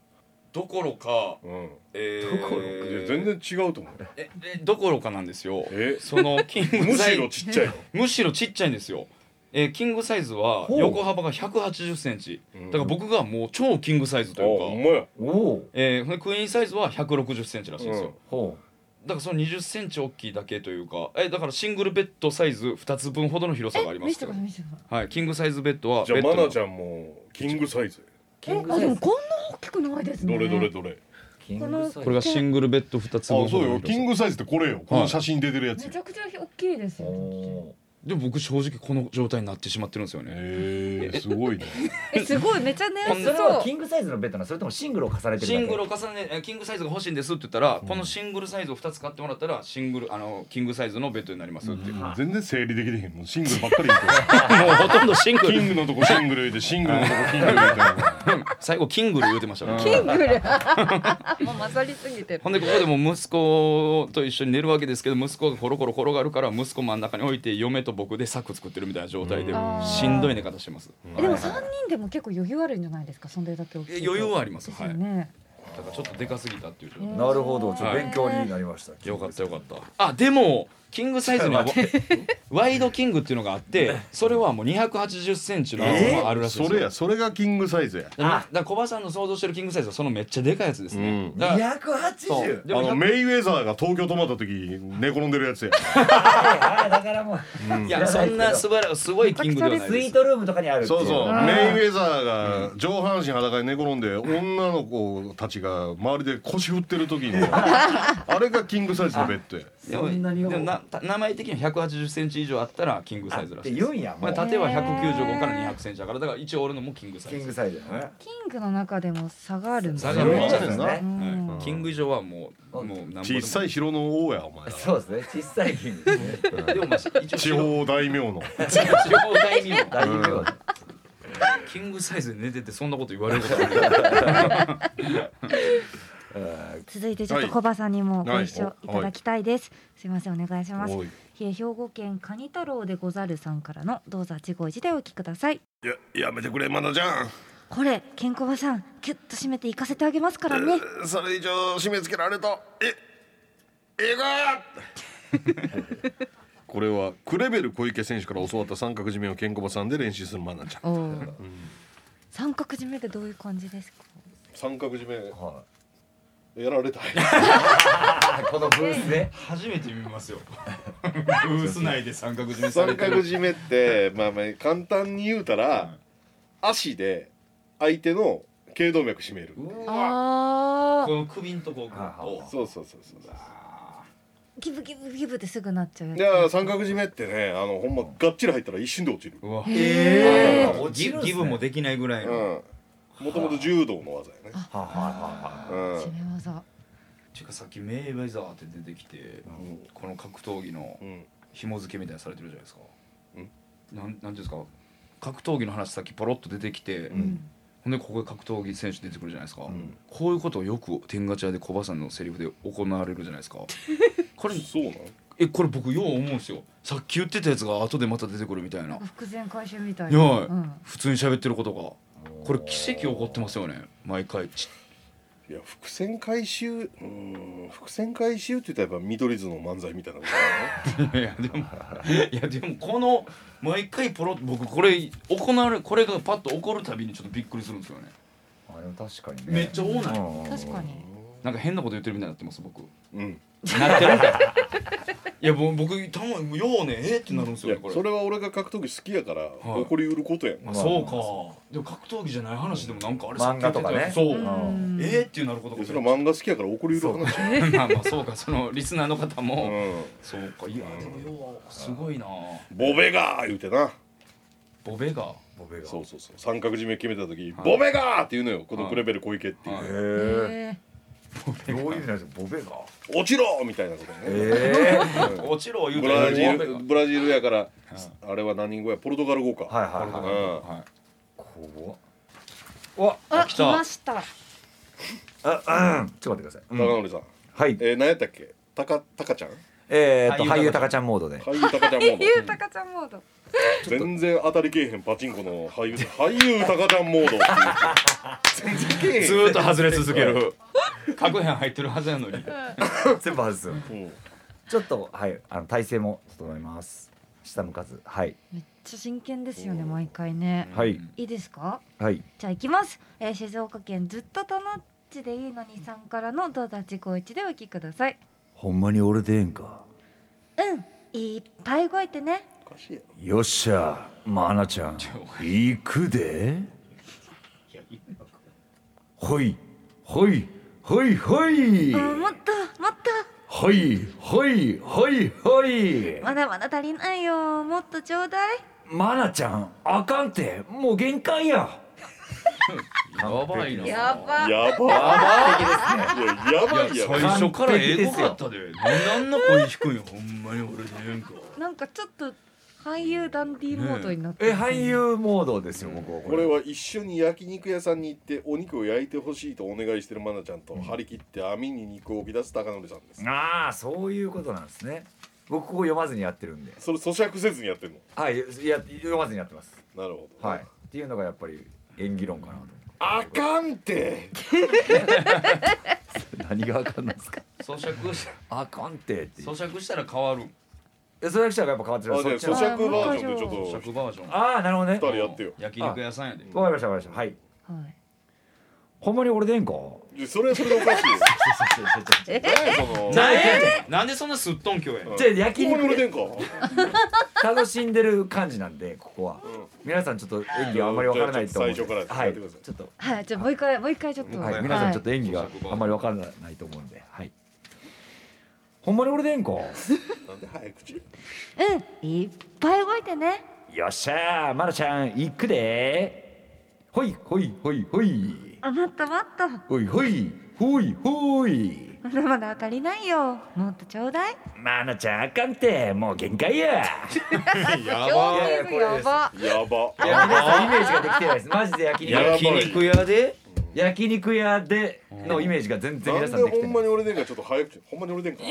Speaker 3: どころか、
Speaker 1: うん
Speaker 3: えー
Speaker 2: どころか
Speaker 1: いや全然違うと思う
Speaker 3: ええどころかなんですよ
Speaker 1: え
Speaker 3: そ のキン
Speaker 1: む
Speaker 3: グサ
Speaker 1: し
Speaker 3: イ
Speaker 1: ろ
Speaker 3: ズ
Speaker 1: ちっちゃいの
Speaker 3: むしろちっちゃいんですよ、えーキングサイズは
Speaker 2: ほう
Speaker 3: 横幅が1 8 0ンチ
Speaker 1: うん
Speaker 3: だから僕がもう超キングサイズというか、
Speaker 1: あほんまや
Speaker 2: いおお
Speaker 3: えーほんでクイーンサイズは1 6 0ンチらしいんですよ、
Speaker 1: うん
Speaker 2: ほ
Speaker 3: だからその2 0ンチ大きいだけというかえだからシングルベッドサイズ2つ分ほどの広さがあ
Speaker 4: え
Speaker 3: りま
Speaker 4: 見
Speaker 3: す
Speaker 4: せてください見せてください
Speaker 3: はい、キングサイズベッドは
Speaker 1: じゃあ
Speaker 3: ベッド
Speaker 1: マ
Speaker 3: の
Speaker 1: ナちゃんもキングサイズ
Speaker 2: キン
Speaker 4: え
Speaker 2: グ
Speaker 4: あ
Speaker 2: サ
Speaker 4: で
Speaker 2: イ
Speaker 4: も
Speaker 2: ズ
Speaker 4: こんな大きくないですね
Speaker 1: どれどれどれ
Speaker 2: キングサイ
Speaker 3: これ
Speaker 2: ズ
Speaker 3: がシングルベッド2つ分
Speaker 1: あ
Speaker 3: ほ
Speaker 1: そう
Speaker 3: どの
Speaker 1: よ
Speaker 3: 広さ
Speaker 1: キングサイズってこれよこの写真出てるやつ
Speaker 4: め
Speaker 1: よ
Speaker 4: ちゃくちゃ大きいですよね
Speaker 2: お
Speaker 3: でも僕正直この状態になってしまってるんですよね、
Speaker 1: へえすごいね
Speaker 4: えすごいめちゃ
Speaker 2: ー
Speaker 4: 寝
Speaker 2: え
Speaker 4: や
Speaker 2: そ
Speaker 4: す
Speaker 2: れ
Speaker 4: そ
Speaker 2: は
Speaker 4: う
Speaker 2: キングサイズのベッドなのそれともシングルを重ねてるだけ
Speaker 3: シングルを重ねえキングサイズが欲しいんですって言ったら、このシングルサイズを2つ買ってもらったらシングルあのキングサイズのベッドになりますっていう、もう
Speaker 6: 全然整理できてへんのシングルばっかり言う
Speaker 3: ほとんどシング
Speaker 6: とキ
Speaker 3: ル
Speaker 6: ングのとこシングル言うてシングルのとこキングル言うて
Speaker 3: 最後キングル言うてましたから、
Speaker 4: キングルもう混ざりすぎてる
Speaker 3: ほんでここでもう息子と一緒に寝るわけですけど息子がコロコロ転がるから息子真ん中に置いて嫁と僕で柵作ってるみたいな状態で
Speaker 4: うん
Speaker 3: しんどい寝方してます、
Speaker 4: えでも三人でも結構余裕あるんじゃないですかそんでだけ大きい
Speaker 3: え
Speaker 4: と
Speaker 3: 余裕はあります
Speaker 4: です
Speaker 3: は
Speaker 4: よ
Speaker 3: い
Speaker 4: ね、
Speaker 3: だからちょっとでかすぎたっていう状態
Speaker 2: なるほど、ちょっ
Speaker 3: は
Speaker 2: と
Speaker 3: い
Speaker 2: 勉強になりました。
Speaker 3: よかったよかったあでもキングサイズ にはワイドキングっていうのがあってそれはもう2 8 0ンチのやつもあるらしいです
Speaker 6: それやそれがキングサイズや
Speaker 3: だからだから小林さんの想像してるキングサイズはそのめっちゃでかいやつですね、
Speaker 6: う
Speaker 3: だから
Speaker 2: 百八
Speaker 3: そう
Speaker 6: あ
Speaker 3: でも
Speaker 6: のメイウェザーが東京泊まった時寝転んでるやつや
Speaker 2: だからもう、
Speaker 3: いやそんな素晴らすごいキングではない
Speaker 2: スイ
Speaker 3: で
Speaker 2: ー
Speaker 3: す
Speaker 2: トルームとかにあるってい
Speaker 6: そうそう
Speaker 2: あー
Speaker 6: メイウェザーが上半身裸で寝転んで女の子たちが周りで腰振ってる時にあれがキングサイズのベッドや
Speaker 3: でも
Speaker 2: そんなに
Speaker 3: でもなた名前的には1 8 0ンチ以上あったらキングサイズらしいで
Speaker 2: あって言うんや
Speaker 3: す、まあ、
Speaker 2: もう
Speaker 3: 縦は195から2 0 0センチだからだから一応俺のもキングサ
Speaker 2: キ
Speaker 3: イ
Speaker 2: ング
Speaker 3: ズ、
Speaker 2: サイズだね。
Speaker 4: キングの中でも差があるんです
Speaker 3: 差
Speaker 4: ね
Speaker 3: があるん
Speaker 2: です
Speaker 6: な
Speaker 2: ね。
Speaker 4: うん
Speaker 3: はいキング以上はもうもうなんぼでも
Speaker 6: 小さい城の王やお前 ら
Speaker 2: そうですね。小さいキングですね。
Speaker 3: でもまあ一応
Speaker 6: 地方大名の
Speaker 3: 地方大名
Speaker 2: 大名。
Speaker 3: キングサイズで寝ててそんなこと言われることある よ
Speaker 4: 続いてちょっと
Speaker 7: はい
Speaker 4: 小バさんにもご一
Speaker 7: はい
Speaker 4: 緒いただきたいです、すいませんお願いします
Speaker 7: おい
Speaker 4: えー兵庫県カニ太郎でござるさんからのどうぞ地声一でお聞きください
Speaker 1: ややめてくれマナちゃん
Speaker 4: これケンコバさんキュッと締めて行かせてあげますからね
Speaker 1: それ以上締め付けられるとええがこれはクレベル小池選手から教わった三角締めをケンコバさんで練習するマナちゃん
Speaker 4: おお、三角締めってどういう感じですか
Speaker 1: 三角締め
Speaker 2: は
Speaker 1: やられたい
Speaker 2: い、このブースで
Speaker 3: 初めて見ますよブース内で三角締めされ
Speaker 1: 三
Speaker 3: て
Speaker 1: 角
Speaker 3: る
Speaker 1: 締めってまあまあ簡単 に言うたら足で相手の頸動脈締める
Speaker 4: あ
Speaker 3: この首んとこを
Speaker 1: そうそうそうそうそう
Speaker 4: ーギブギブギブってすぐなっちゃうや
Speaker 1: い
Speaker 4: つ
Speaker 1: や三角締めってねあのほんまがっちり入ったら一瞬で落ちる
Speaker 3: うわ
Speaker 4: へ
Speaker 2: ー
Speaker 3: ギブギブもできないぐらいの、
Speaker 1: うんもともと柔道の技やね
Speaker 2: はいは
Speaker 1: うん
Speaker 4: 締め技
Speaker 3: ていうかさっきメイウェザーって出てきて、この格闘技の
Speaker 1: うん
Speaker 3: 紐付けみたいなのされてるじゃないですか、
Speaker 1: うん
Speaker 3: なんなんていうんですか格闘技の話さっきポロッと出てきて、
Speaker 4: ん
Speaker 3: ほんでここで格闘技選手出てくるじゃないですか、こういうことをよく天ガチャで小バさんのセリフで行われるじゃないですかこれ
Speaker 1: そうなん
Speaker 3: えこれ僕よう思うんですよさっき言ってたやつが後でまた出てくるみたいな
Speaker 4: 伏線回収みたい
Speaker 3: い
Speaker 4: な、
Speaker 3: や
Speaker 4: うん、
Speaker 3: 普通に喋ってることがこれ奇跡起こってますよね毎回ち
Speaker 1: いや伏線回収うーん伏線回収って言ったらやっぱ見取り図の漫才みたいなことだ
Speaker 3: いやでもいやでもこの毎回ポロッ僕これ行われこれがパッと起こるたびにちょっとびっくりするんですよね
Speaker 2: い。あれも確かにね。
Speaker 3: めっちゃ多ない
Speaker 2: うん
Speaker 4: 確かに
Speaker 3: なんか変なこと言ってるみたいになってます僕い
Speaker 1: ねうん
Speaker 3: やもう僕たまにようねえってなるんです
Speaker 1: い
Speaker 3: よ
Speaker 1: や
Speaker 3: ねこれ
Speaker 1: それは俺が格闘技好きやから起こりうることやん
Speaker 3: あそうかでも格闘技じゃない話でもなんかあれ
Speaker 2: 漫画とかね
Speaker 3: さっき言ってたや
Speaker 4: う
Speaker 3: つ
Speaker 2: ん
Speaker 3: そうえーっていうなること
Speaker 1: いやそ
Speaker 3: が
Speaker 1: れは漫画好きやから起こりうる話やん
Speaker 3: まあまあそうかそのリスナーの方
Speaker 1: う
Speaker 3: も、
Speaker 1: ん
Speaker 3: そうかいやでもようすごいな
Speaker 1: ボベガー言うてな
Speaker 3: ボベが
Speaker 2: ボベが。
Speaker 1: そうそうそう三角締め決めた時ボベガーって言うのよこの
Speaker 3: はい
Speaker 1: クレベル小池っていう
Speaker 3: はい
Speaker 2: へえ。
Speaker 4: え
Speaker 2: どういう意味なんですかボベが。
Speaker 1: 落ちろみたいなことね
Speaker 2: ええ。
Speaker 3: 落ちろ言う
Speaker 1: ブ
Speaker 3: て
Speaker 1: ラ
Speaker 3: る
Speaker 1: ジ
Speaker 3: ボベ
Speaker 1: ル
Speaker 3: が
Speaker 1: ブラジルやからあれは何語やポルトガル語か
Speaker 2: はいはいはい。
Speaker 1: う
Speaker 3: は
Speaker 2: こ
Speaker 4: ー、あ
Speaker 3: 来
Speaker 4: 来
Speaker 3: た
Speaker 4: ました
Speaker 2: わ。あ、うん。ちょっと待ってください。
Speaker 1: ん高典さん
Speaker 2: はい。
Speaker 1: えー何やったっけたかたかちゃん
Speaker 2: えーっと
Speaker 3: 俳
Speaker 2: 俳
Speaker 3: 優
Speaker 2: 優
Speaker 3: た
Speaker 2: た
Speaker 3: か
Speaker 2: かちゃんモードで。
Speaker 1: 俳優たかちゃんモード
Speaker 4: ゆうたかちゃんモード
Speaker 1: 全然当たりけえへんパチンコの俳優俳優たかちゃんモードっていう
Speaker 3: いずーっと外れ続ける各編入ってるはずやのに
Speaker 2: 全部外すよ。
Speaker 1: うん
Speaker 2: ちょっとはいあの体勢も整えます。下向かず。はい
Speaker 4: めっちゃ真剣ですよね毎回ね
Speaker 2: はい
Speaker 4: いいですか
Speaker 2: はい。
Speaker 4: じゃあ行きます、えー静岡県ずっとたなっちでいいのにさんからのどうだちこいちでお聞きください
Speaker 2: ほんまに俺でええんか。
Speaker 4: うんいっぱい動いてね
Speaker 1: おかしいやろ
Speaker 2: よっしゃ、マナちゃん、行くで。ほい、ほい、ほい、ほい、
Speaker 4: うんもっともっと
Speaker 2: ほい、ほい、ほい、ほい。
Speaker 4: まだまだ足りないよもっとちょうだい
Speaker 2: マナちゃん、あかんて、もう限界や。
Speaker 3: やばいな
Speaker 4: ば
Speaker 1: やばいややばい
Speaker 3: い
Speaker 1: や
Speaker 3: や
Speaker 1: ろ
Speaker 3: 最初から英語かったでなんであんな声低いんほんまに俺でええんか
Speaker 4: なんかちょっと俳優ダンディーモードになって
Speaker 2: え、
Speaker 4: ますね
Speaker 2: 俳優モードですよ、僕はこ
Speaker 1: これ
Speaker 2: れ。
Speaker 1: は一緒に焼肉屋さんに行ってお肉を焼いてほしいとお願いしてるマナちゃんと張り切って網に肉を置き出す高典さんです
Speaker 2: ああ、そういうことなんですね。僕ここ読まずにやってるんで。
Speaker 1: それ咀嚼せずにやってる
Speaker 2: はい、いや、読まずにやってます。
Speaker 1: のなるほど
Speaker 2: はい。っていうのがやっぱり演技論かなと思って。
Speaker 1: あかんて
Speaker 2: 何があかんないですか。
Speaker 3: 咀嚼し
Speaker 2: あかんてっていう。
Speaker 3: 咀嚼したら変わる
Speaker 2: え、それ記者がやっぱ変わってる。
Speaker 1: あじゃあ
Speaker 2: そっちの
Speaker 1: 咀嚼バージョンでち
Speaker 3: 咀
Speaker 1: ょっと
Speaker 3: 嚼バージョン
Speaker 2: ああなるほどね
Speaker 1: 二人やってよ
Speaker 3: 焼肉屋さんやで
Speaker 2: わかりましたわかりましたはい
Speaker 4: はい
Speaker 2: ほんまに俺でええんか
Speaker 1: でそれはそれでおかしいよ何やその
Speaker 3: なんでなんでそんなすっとんきょうや
Speaker 2: じゃあ焼
Speaker 1: ここに
Speaker 2: 肉
Speaker 1: 俺で
Speaker 2: で
Speaker 1: ん か
Speaker 2: 楽しんでる感じなんでここは
Speaker 1: ん
Speaker 2: 皆さんちょっと演技あんまりわからないと思うんで
Speaker 1: じゃあちょっと最初から
Speaker 2: は
Speaker 1: やっ
Speaker 2: い
Speaker 1: てください
Speaker 2: ちょっと
Speaker 4: はいじゃあもう一回もう一回ちょっと
Speaker 2: はい
Speaker 3: はい
Speaker 2: 皆さんちょっ
Speaker 4: と
Speaker 2: と演技があんまりわからないと思うんではいほんまに俺でええんかよ
Speaker 1: なんで早口
Speaker 4: うんいっぱい動いてね
Speaker 2: っしゃーまるちゃん行くでほいほいほいほい
Speaker 4: あもっともっと
Speaker 2: ほいほいほいほい
Speaker 4: まだまだ足りないよもっとちょうだい
Speaker 2: マナちゃんあかんってもう限界や
Speaker 3: や
Speaker 4: 上
Speaker 3: ば
Speaker 4: 手
Speaker 1: や
Speaker 4: やば
Speaker 1: ば
Speaker 2: いや皆さんイメージができてないです マジで焼肉
Speaker 1: やばい
Speaker 3: 焼肉屋で
Speaker 2: 焼肉屋でのイメージが全然
Speaker 1: な
Speaker 2: 皆
Speaker 1: ん
Speaker 2: さ
Speaker 1: で
Speaker 2: んでき
Speaker 1: ほ
Speaker 2: て
Speaker 1: ん
Speaker 2: な
Speaker 1: ま
Speaker 2: い
Speaker 1: に俺でんかちょっと早口ほんまに俺でんか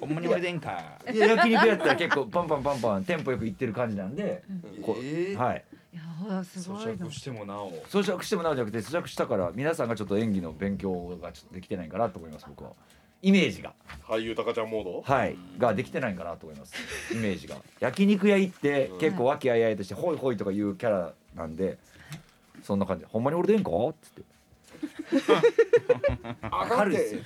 Speaker 3: ほんまに俺でんか
Speaker 2: いや焼肉屋やったら結構パンパンパンパンテンポよく行ってる感じなんで、こう
Speaker 3: え
Speaker 2: はい
Speaker 4: いやほらす
Speaker 3: 咀
Speaker 4: ごいな
Speaker 3: 嚼してもなお
Speaker 2: 咀嚼してもなおじゃなくて咀嚼したから皆さんがちょっと演技の勉強がちょっとできてないかなと思います僕はイメージが
Speaker 1: 俳優たかちゃんモード
Speaker 2: はいができてないかなと思いますイメージが焼肉屋行って結構和気あいあいとしてホイホイとかいうキャラなんでそんな感じ「ほんまに俺でええんか?」っつって
Speaker 1: あかんて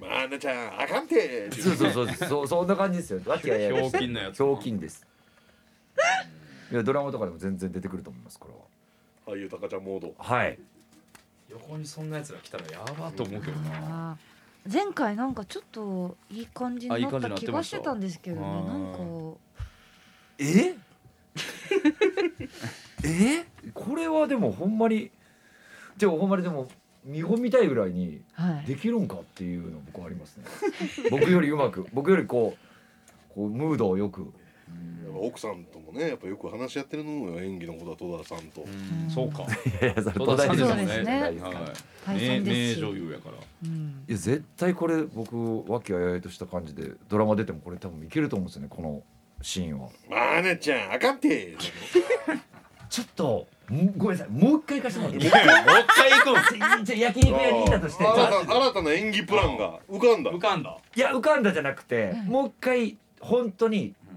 Speaker 1: まあなちゃんあかんて
Speaker 2: そうそうそう そうそんな感じですよ和気あいあいと
Speaker 3: ひょ
Speaker 2: し
Speaker 3: う
Speaker 2: て
Speaker 3: きんなやつ
Speaker 2: ひょうきんですいやドラマとかでも全然出てくると思いますこれは
Speaker 1: 俳優たかちゃんモード
Speaker 2: はい
Speaker 3: 横にそんなやつが来たらやばと思うけどな
Speaker 4: あー前回なんかちょっといい感じ
Speaker 3: あいい
Speaker 4: になっ
Speaker 3: 感じ
Speaker 4: た
Speaker 3: になって
Speaker 4: 気
Speaker 3: ま
Speaker 4: が
Speaker 3: し
Speaker 4: したてたんですけど
Speaker 3: あ
Speaker 4: ね
Speaker 3: ー
Speaker 4: なんか
Speaker 2: ええこれはでもほんまにでもほんまにでも見本みたいぐらいに
Speaker 4: はい
Speaker 2: できるんかっていうの僕はありますね 僕よりうまく僕よりこうこうムードをよく
Speaker 1: 奥さんともねやっぱよく話し合ってるのよ演技のことは戸田さんと
Speaker 3: うんそうか
Speaker 2: いやいやそれ
Speaker 3: 戸田さん
Speaker 4: で
Speaker 3: ですす
Speaker 4: も
Speaker 3: も
Speaker 4: ん
Speaker 3: ん
Speaker 4: ねそうですね
Speaker 3: ね
Speaker 4: 大
Speaker 3: はい名
Speaker 4: 変です
Speaker 3: 名
Speaker 4: し
Speaker 3: 女優やから
Speaker 4: うん
Speaker 2: いや絶対これ僕和気あいあいとした感じでドラマ出てもこれ多分いけると思うんですよねこのシーンは
Speaker 1: まあなちゃんあかんて
Speaker 2: ちょっとんごめんなさいもう一回行かせてもらっていい
Speaker 3: もう一回行くん
Speaker 2: ちょ焼肉屋にいたとして
Speaker 1: 新た新たな演技プランが浮かんだ
Speaker 3: 浮かんだ、
Speaker 2: いや浮かんだじゃなくて、もう一回本当に、
Speaker 3: ほ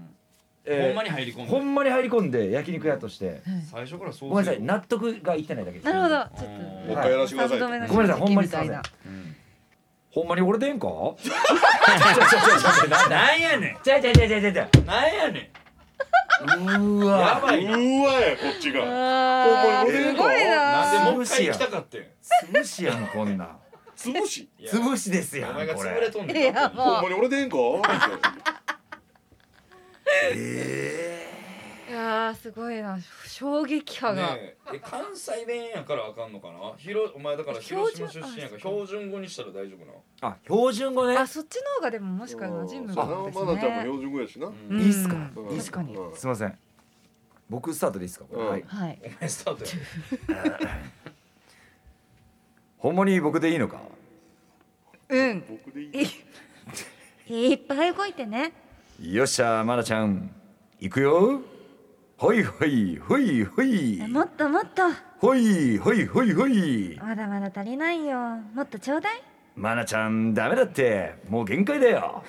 Speaker 2: え
Speaker 3: んまに入り込
Speaker 2: ー
Speaker 3: ん
Speaker 2: ほ
Speaker 3: だ
Speaker 2: んまに入り込んで焼肉屋として、
Speaker 3: 最初からそう
Speaker 2: ごめんなさい
Speaker 3: せよ
Speaker 2: 納得がいってないだけです
Speaker 4: なるほどちょ
Speaker 1: もう一
Speaker 4: っ
Speaker 1: 回やらせてください
Speaker 4: と三度目の
Speaker 2: ごめんなさいほんまに
Speaker 4: みたいな
Speaker 3: うん
Speaker 2: ほんまに俺でんかちょ
Speaker 3: なんやね
Speaker 2: ちょちょちょちょちょちょ
Speaker 3: んなんやね
Speaker 2: うん
Speaker 3: や
Speaker 2: わ
Speaker 3: ば
Speaker 1: う
Speaker 3: いな
Speaker 1: ーわやこっちが
Speaker 4: あ
Speaker 1: ほんまに俺
Speaker 4: ー
Speaker 1: ですんか
Speaker 4: ごいな
Speaker 3: なんでもう一回行きたかってん
Speaker 2: 潰しやんこんなん
Speaker 1: 潰し
Speaker 3: いや
Speaker 2: 潰しですや
Speaker 3: お
Speaker 2: ん
Speaker 3: 前が
Speaker 2: こ
Speaker 3: 潰れ
Speaker 2: れ
Speaker 3: とん
Speaker 4: い
Speaker 3: ねん
Speaker 4: や
Speaker 3: 勝
Speaker 1: ほ
Speaker 4: も
Speaker 1: んまに俺でんか
Speaker 4: ういやーすごいな衝撃
Speaker 3: 手
Speaker 4: 波
Speaker 3: に
Speaker 4: が
Speaker 3: ねええ関西弁やからあかんのかなひろお前だから広島出身やから標準語にしたら大丈夫な
Speaker 2: あ標準語ね
Speaker 4: あそっちの方がでももしかしたら馴染む
Speaker 1: そ
Speaker 4: か
Speaker 1: う
Speaker 4: も
Speaker 1: な
Speaker 4: です
Speaker 1: まなちゃんも
Speaker 4: ね
Speaker 1: 標準語やしな
Speaker 3: うん
Speaker 4: うん
Speaker 2: いいっすか
Speaker 1: うん
Speaker 4: 確かに
Speaker 1: うん
Speaker 2: すいません僕スタートでいいですかこれ、
Speaker 1: うん
Speaker 2: はい
Speaker 4: はい
Speaker 3: お前スタートや
Speaker 2: ほんまに僕でいいのか
Speaker 4: うん
Speaker 1: 僕でいい
Speaker 4: いっぱい動いてね
Speaker 2: よっしゃまなちゃん行くよほいほいほいほい
Speaker 4: もっともっと
Speaker 2: ほいほいほいほい
Speaker 4: まだまだ足りないよもっとちょうだい
Speaker 2: まなちゃんダメだってもう限界だよ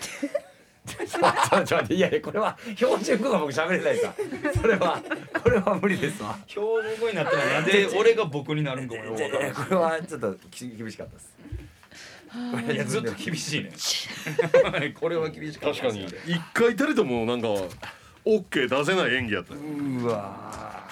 Speaker 2: ちょっと待っていやいやこれは標準語が僕喋れないさそれはこれは無理ですわ
Speaker 3: 標準語になったらなんで俺が僕になるんかもよくわからん
Speaker 2: これはちょっとき厳しかったです
Speaker 3: いやずっと厳しいね これは厳しかっ
Speaker 1: 確
Speaker 3: た
Speaker 1: かに一回たりともなんかオッケー出せない演技やったよ
Speaker 2: うわ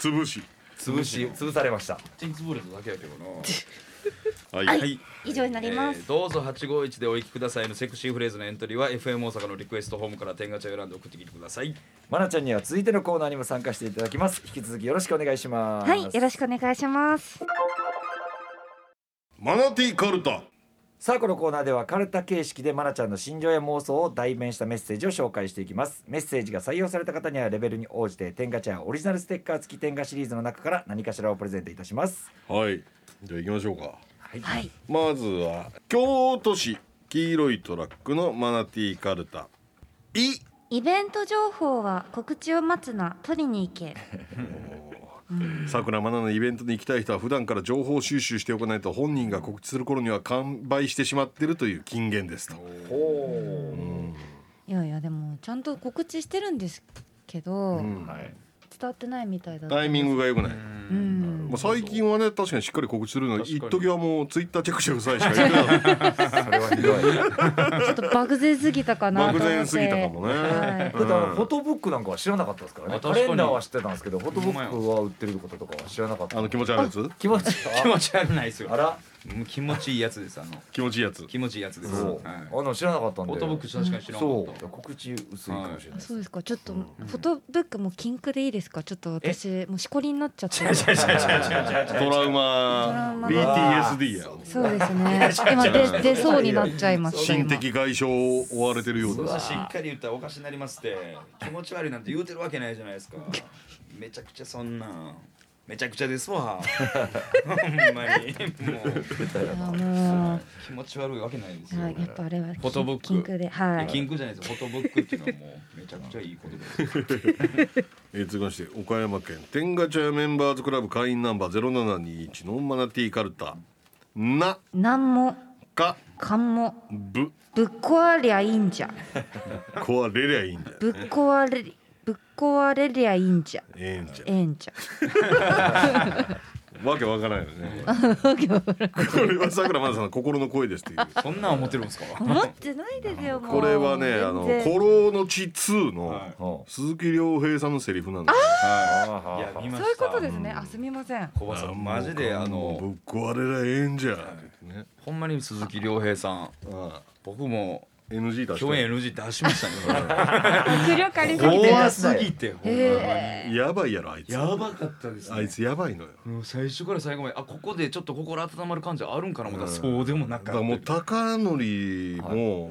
Speaker 1: 潰し
Speaker 2: 潰し潰されました
Speaker 3: ティンズボレットだけやけどな
Speaker 1: はい
Speaker 3: い
Speaker 4: 以上になります、
Speaker 3: えーどうぞ851でお聞きくださいのセクシーフレーズのエントリーは FM 大阪のリクエストホームから天ガチャを選んで送ってきてください
Speaker 2: まなちゃんには続いてのコーナーにも参加していただきます引き続きよろしくお願いします
Speaker 4: はいよろしくお願いします
Speaker 1: マナティカルタ
Speaker 2: さあこのコーナーではカルタ形式でマナちゃんの心情や妄想を代弁したメッセージを紹介していきますメッセージが採用された方にはレベルに応じて天ガチャやオリジナルステッカー付き天ガシリーズの中から何かしらをプレゼントいたします
Speaker 1: はいじゃあ行きましょうか
Speaker 4: はい
Speaker 1: まずは京都市黄色いトラックのマナティカルタい
Speaker 4: イベント情報は告知を待つな取りに行け
Speaker 1: さくらまなのイベントに行きたい人は普段から情報収集しておかないと本人が告知する頃には完売してしまってるという金言ですと
Speaker 4: いやいやでもちゃんと告知してるんですけど、
Speaker 1: ん
Speaker 4: 伝わってないみたいだ
Speaker 1: タイミングが良くない、
Speaker 4: うん
Speaker 1: まあ、最近はね確かにしっかり告知するのに
Speaker 3: 確
Speaker 1: 一
Speaker 3: かに
Speaker 1: 時はもうツイッターチェックしてくださいしか言ってなかった
Speaker 2: それはひどい
Speaker 4: ちょっと漠然すぎたかなと思っ
Speaker 1: 漠
Speaker 4: て
Speaker 1: 然すぎたかもね、
Speaker 4: は
Speaker 2: だ
Speaker 4: い
Speaker 2: からフォトブックなんかは知らなかったですからね
Speaker 3: あ
Speaker 2: カ
Speaker 3: 確かに
Speaker 2: レンダーは知ってたんですけどフォトブックは売ってることとかは知らなかった
Speaker 1: あの気持ち悪いやつ
Speaker 2: 気持ち
Speaker 3: 気持ち悪くないですよ
Speaker 2: あら
Speaker 3: うん気持ちいいやつですあの
Speaker 1: 気持ちいいやつ
Speaker 3: 気持ちいいやつです。
Speaker 2: そう、
Speaker 3: はい
Speaker 2: あの知らなかったんで
Speaker 3: フォトブック確かに知らなかった
Speaker 2: そう告知薄いかもしれない、
Speaker 4: そうですかちょっと、フォトブックも禁句でいいですかちょっと私もうしこりになっちゃって
Speaker 1: トラウマ
Speaker 4: トラウ
Speaker 1: PTSD や
Speaker 4: そうですね今出出そうになっちゃいました
Speaker 8: 心
Speaker 4: 今
Speaker 8: 的外傷を負われてるよう
Speaker 3: そん
Speaker 8: だ
Speaker 3: なしっかり言ったらおかしになりますって気持ち悪いなんて言うてるわけないじゃないですかめちゃくちゃそんなんめちゃくちゃですわほんまにもう
Speaker 4: いやも
Speaker 3: 気持ち悪いわけないです
Speaker 4: う
Speaker 3: よ、
Speaker 4: はいやっぱあれは
Speaker 3: フォトブック
Speaker 4: 禁句ではい
Speaker 3: いやキングじゃないですよフォトブックっていうのはもうめちゃくちゃいいことですよ
Speaker 1: えー続きまして岡山県天下茶屋メンバーズクラブ会員ナンバー0721のマナティーカルタな
Speaker 4: なんも
Speaker 1: か
Speaker 4: かんも
Speaker 1: ぶ
Speaker 4: ぶっ壊りゃいいんじゃ
Speaker 1: 壊れりゃいいんだよ
Speaker 4: ぶっ壊れりぶっ壊れりゃいいんじゃ
Speaker 1: ええんじ
Speaker 4: ええんじゃ
Speaker 1: ゃんわけわからないよねこれはさくらまなさんの心の声ですっていう
Speaker 3: そんなん思ってるんですか
Speaker 4: 思ってないですよもう
Speaker 1: これはねあの「
Speaker 4: 全然
Speaker 1: 古老の地2」の
Speaker 3: は
Speaker 2: うん
Speaker 1: 鈴木亮平さんのセリフなんです
Speaker 3: はいいや見ました
Speaker 4: そういうことですねあすみませ ん
Speaker 3: 小林さんマジであ
Speaker 1: もうぶ
Speaker 3: の
Speaker 1: っ壊れりゃええんじゃんってね
Speaker 3: ほんまに鈴木亮平さん
Speaker 1: ああ
Speaker 3: 僕も
Speaker 1: NG 出して
Speaker 3: 共演 NG 出しました ね
Speaker 4: 迫力ありすぎて
Speaker 3: 怖すぎてほんまに
Speaker 4: え
Speaker 1: やばいやろあいつ
Speaker 3: やばかったですね
Speaker 1: あいつやばいのよ
Speaker 3: もう最初から最後まであここでちょっと心温まる感じあるんかな思ったら、そうでもな
Speaker 1: だから
Speaker 3: かった
Speaker 1: もう高典も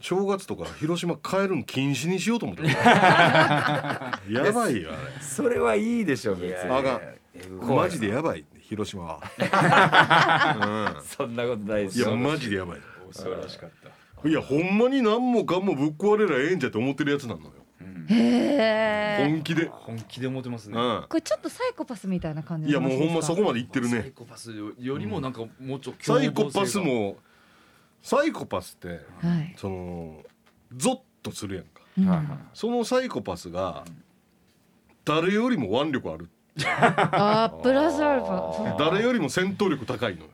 Speaker 1: 正月とか広島帰るの禁止にしようと思 ってるやばいよあ
Speaker 2: それはいいでしょ別
Speaker 1: れ
Speaker 2: に
Speaker 1: あがんマジでやばい広島は
Speaker 2: そんなことないで
Speaker 1: い
Speaker 2: す
Speaker 1: や
Speaker 2: よ
Speaker 1: マジでやばい
Speaker 3: 素晴らしかった
Speaker 1: いやほんまに何もかんもぶっ壊れりゃええんじゃって思ってるやつなのよ
Speaker 4: え
Speaker 1: 本気で
Speaker 3: 本気で思ってますね、
Speaker 1: うん
Speaker 4: これちょっとサイコパスみたいな感じ
Speaker 1: いやもうほんまそこまでいってる
Speaker 3: サイ
Speaker 1: ね
Speaker 3: コパスよよりもなんかもうちょっと
Speaker 1: サイコパスもサイコパスって
Speaker 4: まはい
Speaker 1: そのゾッとするやんか
Speaker 4: うん
Speaker 2: はいはい
Speaker 1: そのサイコパスが誰よりも腕力ある
Speaker 4: あ ープラスアルファは
Speaker 1: 誰よりも戦闘力高いのよ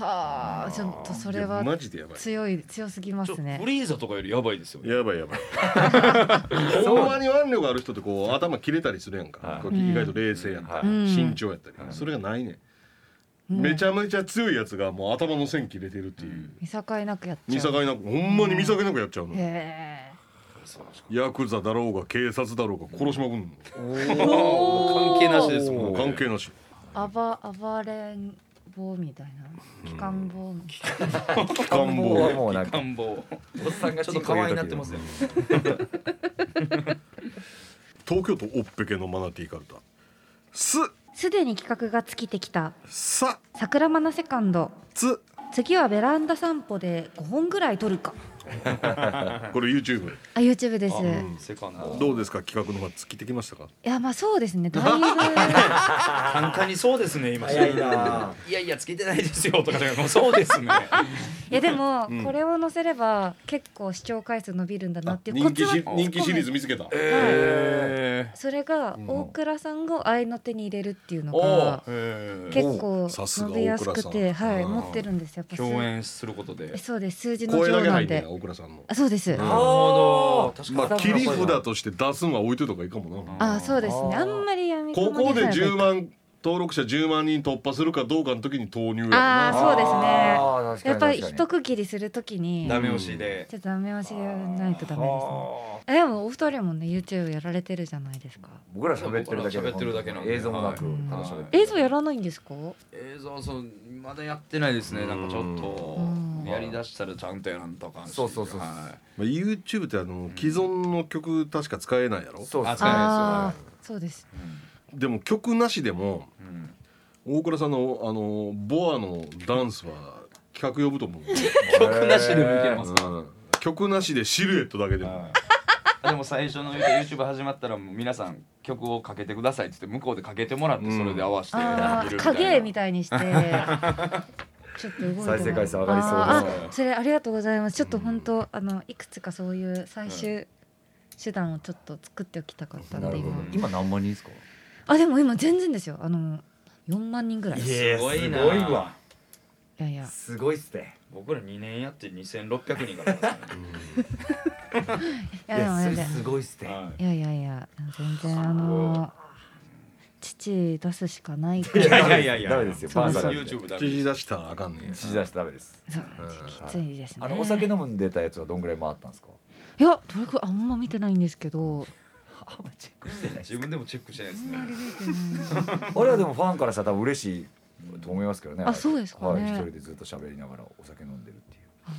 Speaker 4: あちょっとそれはい
Speaker 1: やマジでやばい
Speaker 4: 強い強すぎま
Speaker 3: ちょ
Speaker 4: す
Speaker 3: フ
Speaker 4: ね
Speaker 3: リーザとかよりやばいですよね
Speaker 1: やばいやばいほんまに腕力ある人ってこう頭切れたりするやんか、
Speaker 2: はい
Speaker 1: こう意外と冷静やったり、
Speaker 4: うん
Speaker 1: 慎重やったり、それがないね、ん、めちゃめちゃ強いやつがもう頭の線切れてるっていう、
Speaker 4: 見境なくやっ
Speaker 1: 見
Speaker 4: ちゃ
Speaker 1: 境
Speaker 4: う
Speaker 1: なくほんまに見境なくやっちゃうの、
Speaker 4: へ
Speaker 1: ヤクザだろうが警察だろうが殺しまくん
Speaker 4: え
Speaker 3: 関係なしで
Speaker 1: の
Speaker 3: すも
Speaker 1: もうん関係なし
Speaker 4: 暴暴れん坊みたいな機関坊みたい
Speaker 1: 機
Speaker 2: 願
Speaker 1: 関
Speaker 2: 望
Speaker 1: 棒
Speaker 2: はもうなんか
Speaker 3: 願望
Speaker 2: おっさんが
Speaker 3: ちょっと可愛いなってますよ
Speaker 1: 東京都オッペケのマナティーカルタす
Speaker 4: なすでに企画が尽きてきた
Speaker 1: さ
Speaker 4: 桜マナセカンド
Speaker 1: つ
Speaker 4: 次はベランダ散歩で5本ぐらい撮るか
Speaker 1: これ YouTube
Speaker 4: あ YouTube です、い
Speaker 3: セカンド
Speaker 1: どうですか企画の方が尽きてきましたか
Speaker 4: やまあそうです ねだいぶ
Speaker 3: 簡単にそうですね今
Speaker 2: 早いない
Speaker 3: やいやつけてないですよとかじゃなくてもうそうですね
Speaker 4: いやでも、これを載せれば結構視聴回数伸びるんだなっていうコ
Speaker 1: 人
Speaker 4: ツ
Speaker 1: 気
Speaker 4: は
Speaker 1: シ人気シリーズ
Speaker 4: ズ
Speaker 1: 見つけた
Speaker 3: へ
Speaker 4: それが大倉さんが合いの手に入れるっていうの
Speaker 3: お
Speaker 4: が
Speaker 3: ーへー
Speaker 4: 結構
Speaker 1: さすが
Speaker 4: 伸びやすくて
Speaker 1: 大倉さん
Speaker 4: はい
Speaker 1: うん
Speaker 4: 持ってるんですやっぱ数
Speaker 3: 共演することでな
Speaker 4: え
Speaker 3: る
Speaker 4: そうです数字の
Speaker 1: 声だ
Speaker 4: 上
Speaker 1: け
Speaker 4: な
Speaker 1: 入
Speaker 4: ん
Speaker 1: んね
Speaker 4: で
Speaker 1: や大倉さんの
Speaker 4: あそうです、
Speaker 1: ん
Speaker 4: あ
Speaker 3: ほど確
Speaker 1: まあ切り札として出すんは置いといた方がいいかもな
Speaker 4: あそうですねあんまりやみ
Speaker 1: こ
Speaker 4: くもに
Speaker 1: こで
Speaker 4: さ
Speaker 1: 10万登録者10万人突破するかどうかの時に投入や
Speaker 4: あ
Speaker 1: な
Speaker 4: あそうですね
Speaker 2: あー確かに
Speaker 4: やっぱり
Speaker 2: 確かに
Speaker 4: 一区切りするときに
Speaker 3: ダメ押しで
Speaker 4: ちょっとダメ押しやらないとダメですねえでもお二人もね YouTube やられてるじゃないですか
Speaker 2: 僕ら喋ってるだけで
Speaker 3: 喋ってるだけなんで
Speaker 2: 映像もなく
Speaker 3: はい
Speaker 2: 楽しめて
Speaker 4: 映像やらないんですか
Speaker 3: 映像そうまだやってないですねなんかちょっ
Speaker 4: うん
Speaker 3: とやりだしたらちゃんとやらんとあかんし
Speaker 2: そうそうそうそう
Speaker 3: はい
Speaker 1: まあ YouTube ってあの既存の曲確か使えないやろ
Speaker 2: そうそう
Speaker 3: 扱えな
Speaker 4: あーそうです
Speaker 1: でも曲なしでも
Speaker 3: いですよね
Speaker 1: 大倉さんのあのボアのダンスは企画呼ぶと 思う、
Speaker 3: うん曲なしでもいけます
Speaker 1: うん曲なしでシルエットだけでも
Speaker 3: でも最初の YouTube 始まったらもう皆さん曲をかけてくださいって言って向こうでかけてもらってそれで合わせて
Speaker 4: あ
Speaker 3: 見るみ
Speaker 4: あ
Speaker 3: たいな
Speaker 4: 影絵みたい にしてちょっと動いてもらう
Speaker 2: 再生回数上がりそうです
Speaker 4: あーあそれありがとうございますちょっと本当あのいくつかそういう最終手段をちょっと作っておきたかったんで今
Speaker 2: 今何万人ですか
Speaker 4: あでも今全然ですよあの4万人ぐらいい
Speaker 2: え
Speaker 3: すごいな
Speaker 2: すごいわ
Speaker 4: やいや
Speaker 2: すごいっすね
Speaker 3: 僕ら2年やって2600人からですか
Speaker 4: いやでも
Speaker 2: いや
Speaker 4: 全
Speaker 2: それ
Speaker 4: 然
Speaker 2: すごいっすね
Speaker 3: らねはい
Speaker 4: いやいやいや全然あの父出すしかないか
Speaker 3: いや
Speaker 4: ら
Speaker 3: いやいやいや
Speaker 2: ダメですよ
Speaker 4: そう
Speaker 2: パン
Speaker 4: そう
Speaker 2: さん
Speaker 3: YouTube だけ
Speaker 1: 知事出したらあかんねん
Speaker 2: 知事出してダメです
Speaker 4: そうきついですね
Speaker 2: あのお酒飲んでたやつはどんぐらい回ったんですか
Speaker 4: いやどれくらいあんま見てないんですけど
Speaker 2: あんまチェックしてない
Speaker 3: 自分でもチェックしてないですね
Speaker 2: あれはでもファンからしたら多分嬉しいと思いますけどね
Speaker 4: あそうですかね
Speaker 2: はい、一人でずっと喋りながらお酒飲んでるっていう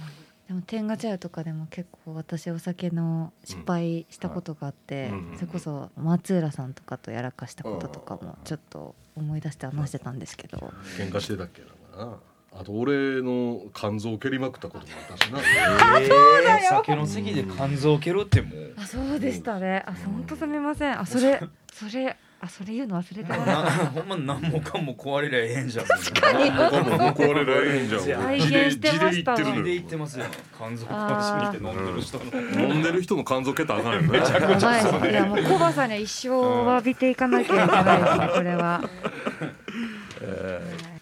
Speaker 4: でも天下茶屋とかでも結構私お酒の失敗したことがあって、
Speaker 1: うんはい
Speaker 4: それこそ松浦さんとかとやらかしたこととかもちょっと思い出して話してたんですけど、
Speaker 1: 喧嘩してたっけだからなあと俺の肝臓蹴りまくったこともあったしな
Speaker 3: えー酒の席で肝臓を蹴るってもう
Speaker 4: あそうでしたねあ本当すみませんあそれそれあそれ言うの忘れてました
Speaker 3: な ほんま何もかも壊れりゃええんじゃん
Speaker 1: 他 も向こうあれらええんじゃん
Speaker 4: 体験してましたわ
Speaker 1: 地で
Speaker 3: で
Speaker 1: 言
Speaker 3: 言
Speaker 1: っ
Speaker 3: ってて
Speaker 1: る
Speaker 3: ますよ肝臓壊しにて飲んでる人の
Speaker 1: のよ飲んでる人の肝臓蹴ったらあかんよね
Speaker 4: はいいやもうコバさんには一生詫びていかなきゃいけないですねこれは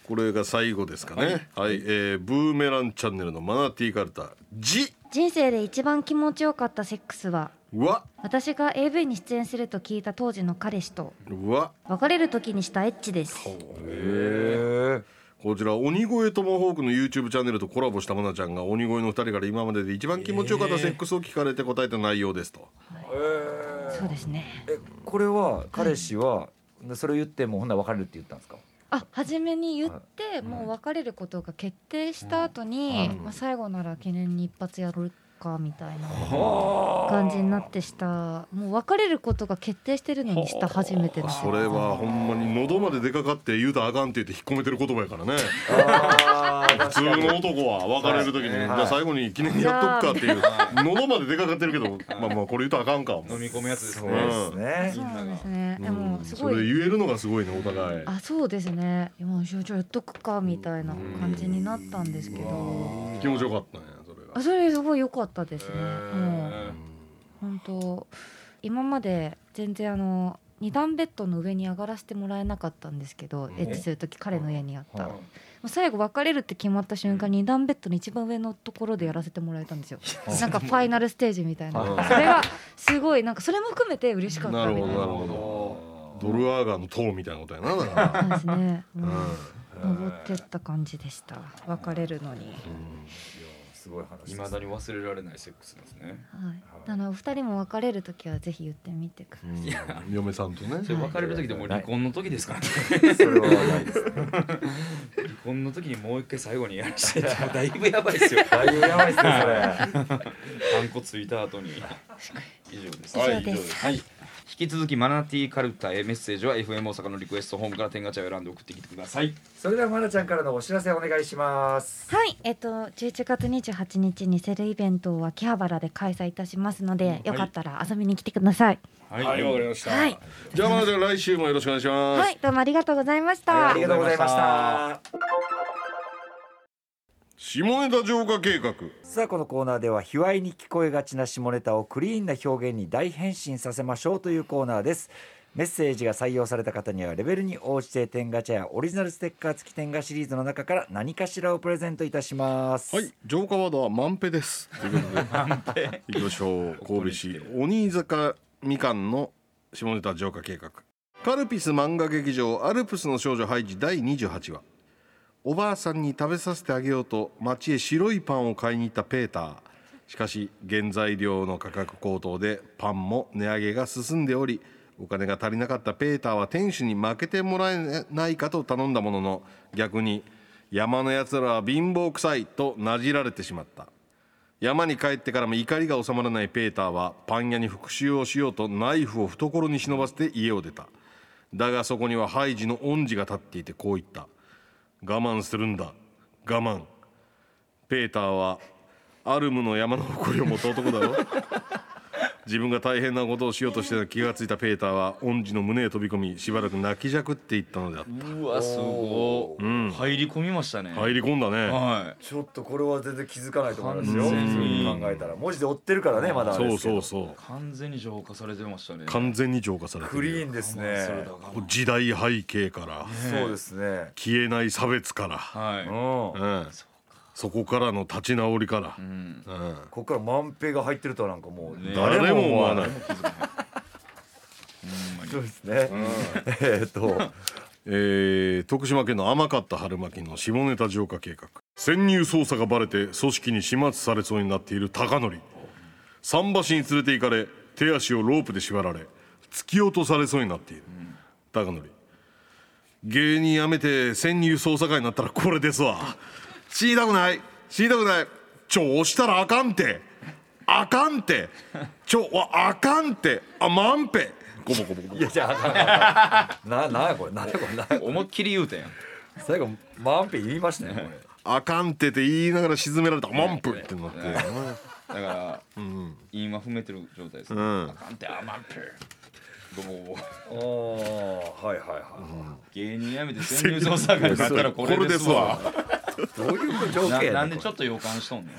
Speaker 1: これが最後ですかねはい、えーブーメランチャンネルのマナティーカルタ「じ
Speaker 4: 人生で一番気持ちよかったセックスは
Speaker 1: わ
Speaker 4: 私が AV に出演すると聞いた当時の彼氏と
Speaker 1: わ
Speaker 4: 別れる時にしたエッチです
Speaker 2: へえ
Speaker 1: こちら鬼越トマホークの YouTube チャンネルとコラボしたマナちゃんが鬼越の2人から今までで一番気持ちよかったセックスを聞かれて答えた内容ですと、
Speaker 4: そうですね
Speaker 2: えこれは彼氏はそれを言ってもうほんなら別れるって言ったんですか
Speaker 4: あ初めに言ってもう別れることが決定した後に、まあ、最後なら記念に一発やるかみたいな感じになってしたもう別れることが決定してるのにした初めての
Speaker 1: それはほんまに喉まで出かかって言うたらあかんって言って引っ込めてる言葉やからね
Speaker 2: あー
Speaker 1: 普通の男は別れる時に、
Speaker 3: はい
Speaker 1: じゃあ最後に記念にやっとくかっていう喉まで出かかってるけどまあまあこれ言うたらあかんかも
Speaker 3: 飲み込むやつです
Speaker 2: そう
Speaker 3: ね
Speaker 2: ですね
Speaker 4: そうなんですねでもす
Speaker 1: そ
Speaker 4: ご
Speaker 1: れ
Speaker 4: い
Speaker 1: 言えるのがすごいねお互い
Speaker 4: あそうですねいやもうじゃあやっとくかみたいな感じになったんですけど
Speaker 1: 気持ちよかったねそれ
Speaker 4: あ
Speaker 1: が
Speaker 4: それすごい良かったですねもう
Speaker 3: え
Speaker 4: 本当今まで全然あの二段ベッドの上に上がらせてもらえなかったんですけど、エッチする時彼の家にあった、
Speaker 2: はい
Speaker 4: もう最後別れるって決まった瞬間に二段ベッドの一番上のところでやらせてもらえたんですよなんかファイナルステージみたいなそれがすごいなんかそれも含めて嬉しかった
Speaker 1: なる
Speaker 4: み
Speaker 1: ほ
Speaker 4: たい
Speaker 1: ど
Speaker 4: な
Speaker 1: なるほどドルアーガンの塔みたいなことやなだから
Speaker 4: そうですね、うん、登ってった感じでした別れるのに、
Speaker 2: すごい話で
Speaker 3: い
Speaker 2: す
Speaker 3: まだに忘れられないセックスですね
Speaker 4: はい、あのお二人も別れる時はぜひ言ってみてください、
Speaker 1: うん嫁さんとね
Speaker 3: それ別れる時でもう離婚の時ですからね
Speaker 2: それはないですね
Speaker 3: 離婚の時にもう一回最後にやらせてもらうだいぶやばいですよ
Speaker 2: だいぶやばいっすねそれ
Speaker 3: ハンコついた後に以上です
Speaker 4: 以上です
Speaker 1: はい以上
Speaker 3: 引き続きマナティーカルタへメッセージは FM 大阪のリクエストホームから天ガチャを選んで送ってきてください
Speaker 2: それではまなちゃんからのお知らせお願いします
Speaker 4: はい、えっと11月28日にセルイベントを秋葉原で開催いたしますので、よかったら遊びに来てください。
Speaker 3: はい
Speaker 1: はいわかりました
Speaker 4: はい、
Speaker 1: じゃあまなちゃん来週もよろしくお願いします
Speaker 4: はい、どうもありがとうございました。
Speaker 2: ありがとうございました
Speaker 1: 下ネタ浄化計画
Speaker 9: さあこのコーナーでは卑猥に聞こえがちな下ネタをクリーンな表現に大変身させましょうというコーナーですメッセージが採用された方にはレベルに応じて天ガチャやオリジナルステッカー付き天ガシリーズの中から何かしらをプレゼントいたします
Speaker 1: はい浄化ワードは満平ですということでいきましょう神戸市鬼坂みかんの下ネタ浄化計画カルピス漫画劇場アルプスの少女ハイジ第28話おばあさんに食べさせてあげようと町へ白いパンを買いに行ったペーターしかし原材料の価格高騰でパンも値上げが進んでおりお金が足りなかったペーターは店主に負けてもらえないかと頼んだものの逆に山のやつらは貧乏くさいとなじられてしまった山に帰ってからも怒りが収まらないペーターはパン屋に復讐をしようとナイフを懐に忍ばせて家を出ただがそこにはハイジの恩師が立っていてこう言った我慢するんだ我慢ペーターはアルムの山の誇りを持った男だろ自分が大変なことをしようとしてた気がついたペーターは恩師の胸へ飛び込みしばらく泣きじゃくっていったのであった
Speaker 3: うわすごい、入り込みましたね
Speaker 1: 入り込んだね、
Speaker 3: は
Speaker 2: ちょっとこれは全然気づかないと思いますよ。
Speaker 3: 完全に
Speaker 2: そういうふうに考えたら文字で追ってるからねまだあ
Speaker 1: そ
Speaker 2: れで
Speaker 1: う
Speaker 2: すけど
Speaker 1: そうそう
Speaker 3: い完全に浄化されてましたね
Speaker 1: 完全に浄化されて
Speaker 2: ク
Speaker 1: る
Speaker 2: リーンですね。
Speaker 1: 時代背景から
Speaker 2: そうですね。
Speaker 1: 消えない差別か
Speaker 2: うん。
Speaker 3: は
Speaker 2: こ
Speaker 1: ら、うん、そこからの立ち直りから、うん
Speaker 2: こから万平が入ってるとはなんかもう
Speaker 3: ね
Speaker 2: 誰
Speaker 1: 誰も
Speaker 2: も
Speaker 1: 思
Speaker 2: 思
Speaker 1: わ
Speaker 2: わ
Speaker 1: な
Speaker 2: ないい。
Speaker 3: い、
Speaker 2: そうですね。 えーっと、
Speaker 1: えー徳島県の甘かった春巻きの下ネタ浄化計画潜入捜査がバレて組織に始末されそうになっている高則桟橋に連れて行かれ手足をロープで縛られ突き落とされそうになっている、高則芸人辞めて潜入捜査官になったらこれですわ知りたくない知りたくないちょ押したらあかんてあかんてちょわあかんてあまんぺゴボゴボゴボ
Speaker 2: いやじゃああかんあ かん、な、なんやこれ、なんやこれ、なんや
Speaker 3: 思いっきり言うてんやん
Speaker 2: 最後、マンピ言いましたね。これ
Speaker 1: あかんてって言いながら沈められたマンプってなって、
Speaker 3: だから韻は踏めてる状態ですねあかんてあまんぷごぼうごぼう
Speaker 2: ああ、はいはいは
Speaker 3: 芸人辞めて潜入捜査官になったらこれですわ
Speaker 2: い。どういう条
Speaker 3: な
Speaker 2: 件
Speaker 3: な
Speaker 2: や
Speaker 3: ん
Speaker 2: ね
Speaker 3: で
Speaker 2: ん。こ
Speaker 3: ちょっと予感しとんねん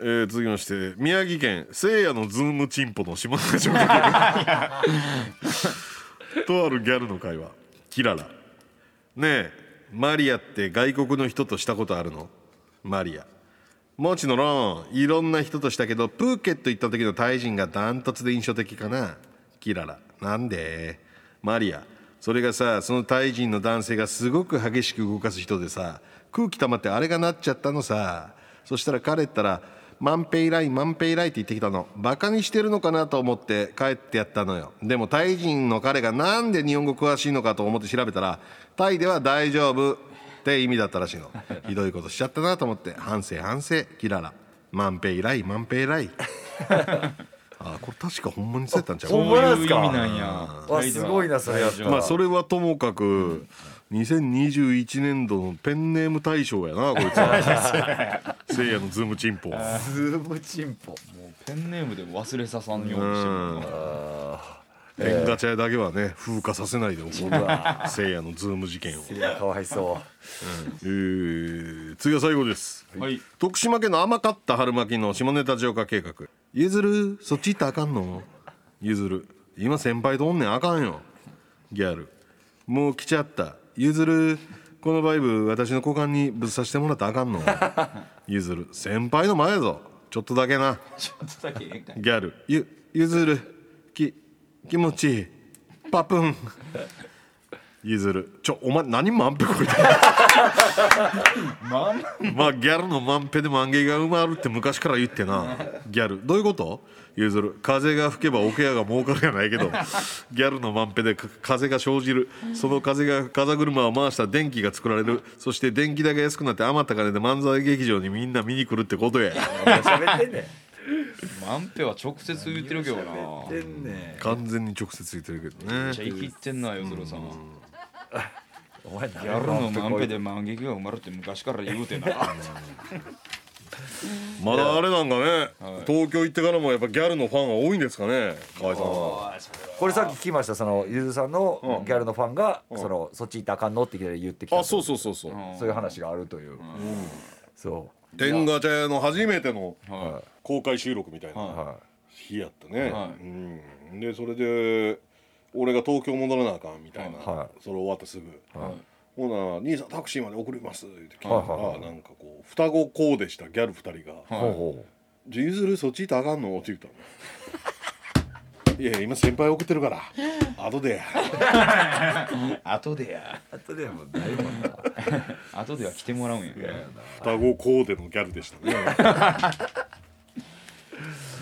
Speaker 1: えー続きまして宮城県せいやのズームチンポの島中 城とあるギャルの会話キララねえマリアって外国の人としたことあるのマリアもちのろんいろんな人としたけどプーケット行った時のタイ人がダントツで印象的かなキララなんでマリアそれがさそのタイ人の男性がすごく激しく動かす人でさ空気溜まってあれがなっちゃったのさそしたら彼ったら「マンペイラインマンペイライ」って言ってきたのバカにしてるのかなと思って帰ってやったのよでもタイ人の彼がなんで日本語詳しいのかと思って調べたらタイでは大丈夫って意味だったらしいのひどいことしちゃったなと思って反省反省キララ万平以来万平以 来あこれ確かほんまにそうやったんちゃう
Speaker 2: ほ
Speaker 1: ん
Speaker 3: そう
Speaker 2: ま
Speaker 3: い
Speaker 2: で
Speaker 3: う
Speaker 2: す
Speaker 3: 意味
Speaker 2: か
Speaker 3: なんや
Speaker 2: わすごいなそれやったら
Speaker 1: まあそれはともかく2021年度のペンネーム大賞やなこいつはせいやのズームチンポ
Speaker 2: ズームチンポ。
Speaker 3: もうペンネームでも忘れささんようにしてるの
Speaker 1: 円ガチャだけはね風化させないでおこうせいやのズーム事件を、
Speaker 2: いや、かわいそ
Speaker 1: えー、次が最後です
Speaker 3: はい
Speaker 1: 徳島県の甘かった春巻きの下ネタ浄化計画ゆずるそっち行ったらあかんのゆずる今先輩とおんねんあかんよギャルもう来ちゃったゆずるこのバイブ私の股間にぶっ刺してもらったらあかんのゆずる先輩の前やぞちょっとだけな
Speaker 3: ちょっとだけええんかい
Speaker 1: ギャルゆゆずるき気持ちいいパプンゆずるちょお前何満腹こいて
Speaker 3: まあま
Speaker 1: まあギャルの満平でもゲが埋まるって昔から言ってなギャルどういうことゆずる風が吹けば桶屋が儲かるじゃないけどギャルの満平でか風が生じるその風が風車を回した電気が作られるそして電気代が安くなって余った金で漫才劇場にみんな見に来るってことや
Speaker 2: う。喋ってんねん。
Speaker 3: あマンペは直接言ってるけどなめ
Speaker 2: 喋ってんねん。
Speaker 1: 完全に直接言ってるけど
Speaker 3: っちゃ
Speaker 1: ね
Speaker 3: 生きってんなよそろさん
Speaker 2: お前何
Speaker 3: やるのマンペ
Speaker 2: で
Speaker 3: で万劇が生まれって昔から言うてな
Speaker 1: まだあれなんかね東京行ってからもやっぱギャルのファンは多いんですかね河合さんは
Speaker 2: これさっき聞きましたそのゆずさんのギャルのファンが、そのそっち行ったらあかんのって言ってきた
Speaker 1: あそう
Speaker 2: う
Speaker 1: そうそうそう
Speaker 2: そういう話があるという、そ
Speaker 1: 天ガチャ屋の初めての
Speaker 3: は
Speaker 1: 公開収録みたいな
Speaker 2: うは
Speaker 1: 日やったね、
Speaker 3: は
Speaker 1: うん、でそれで俺が東京戻らなあかんみたいな、
Speaker 2: は
Speaker 1: それ終わってすぐ、
Speaker 2: はい
Speaker 1: ほな兄さんタクシーまで送りますって聞いたら、
Speaker 2: はいはいはい
Speaker 1: なんかこう双子こうでしたギャル二人が
Speaker 2: いほうほ
Speaker 1: 「じ、ゆずるそっち行ったらあかんの?」って言ったの いやいや今先輩送ってるから後でや
Speaker 3: 後でや
Speaker 2: う後でもないもんな
Speaker 3: 後では来てもらうんや
Speaker 1: 双子コーデのギャルでしたね
Speaker 3: い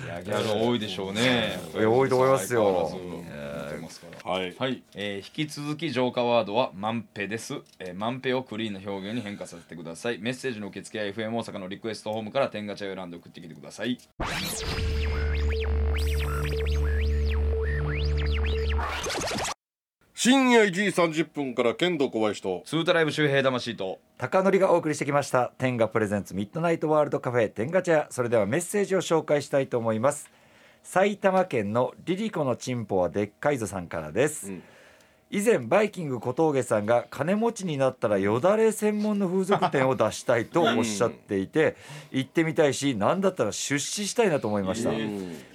Speaker 3: やギャル多いでしょうね
Speaker 2: いや多いと思いますよ
Speaker 3: 相変わらず見てますから
Speaker 1: はい、
Speaker 3: はい、えー引き続き浄化ワードは「マンペ」です、えー、マンペをクリーンな表現に変化させてくださいメッセージの受付は FM 大阪のリクエストホームから天ガチャを選んで送ってきてください
Speaker 1: 深夜1時30分から剣道小林と
Speaker 3: ツータライブ周平魂と
Speaker 2: 高則がお送りしてきました天がプレゼンツミッドナイトワールドカフェ天ガチャそれではメッセージを紹介したいと思います埼玉県のリリコのチンポはでっかいぞさんからです、以前バイキング小峠さんが金持ちになったらよだれ専門の風俗店を出したいとおっしゃっていて、行ってみたいし何だったら出資したいなと思いました、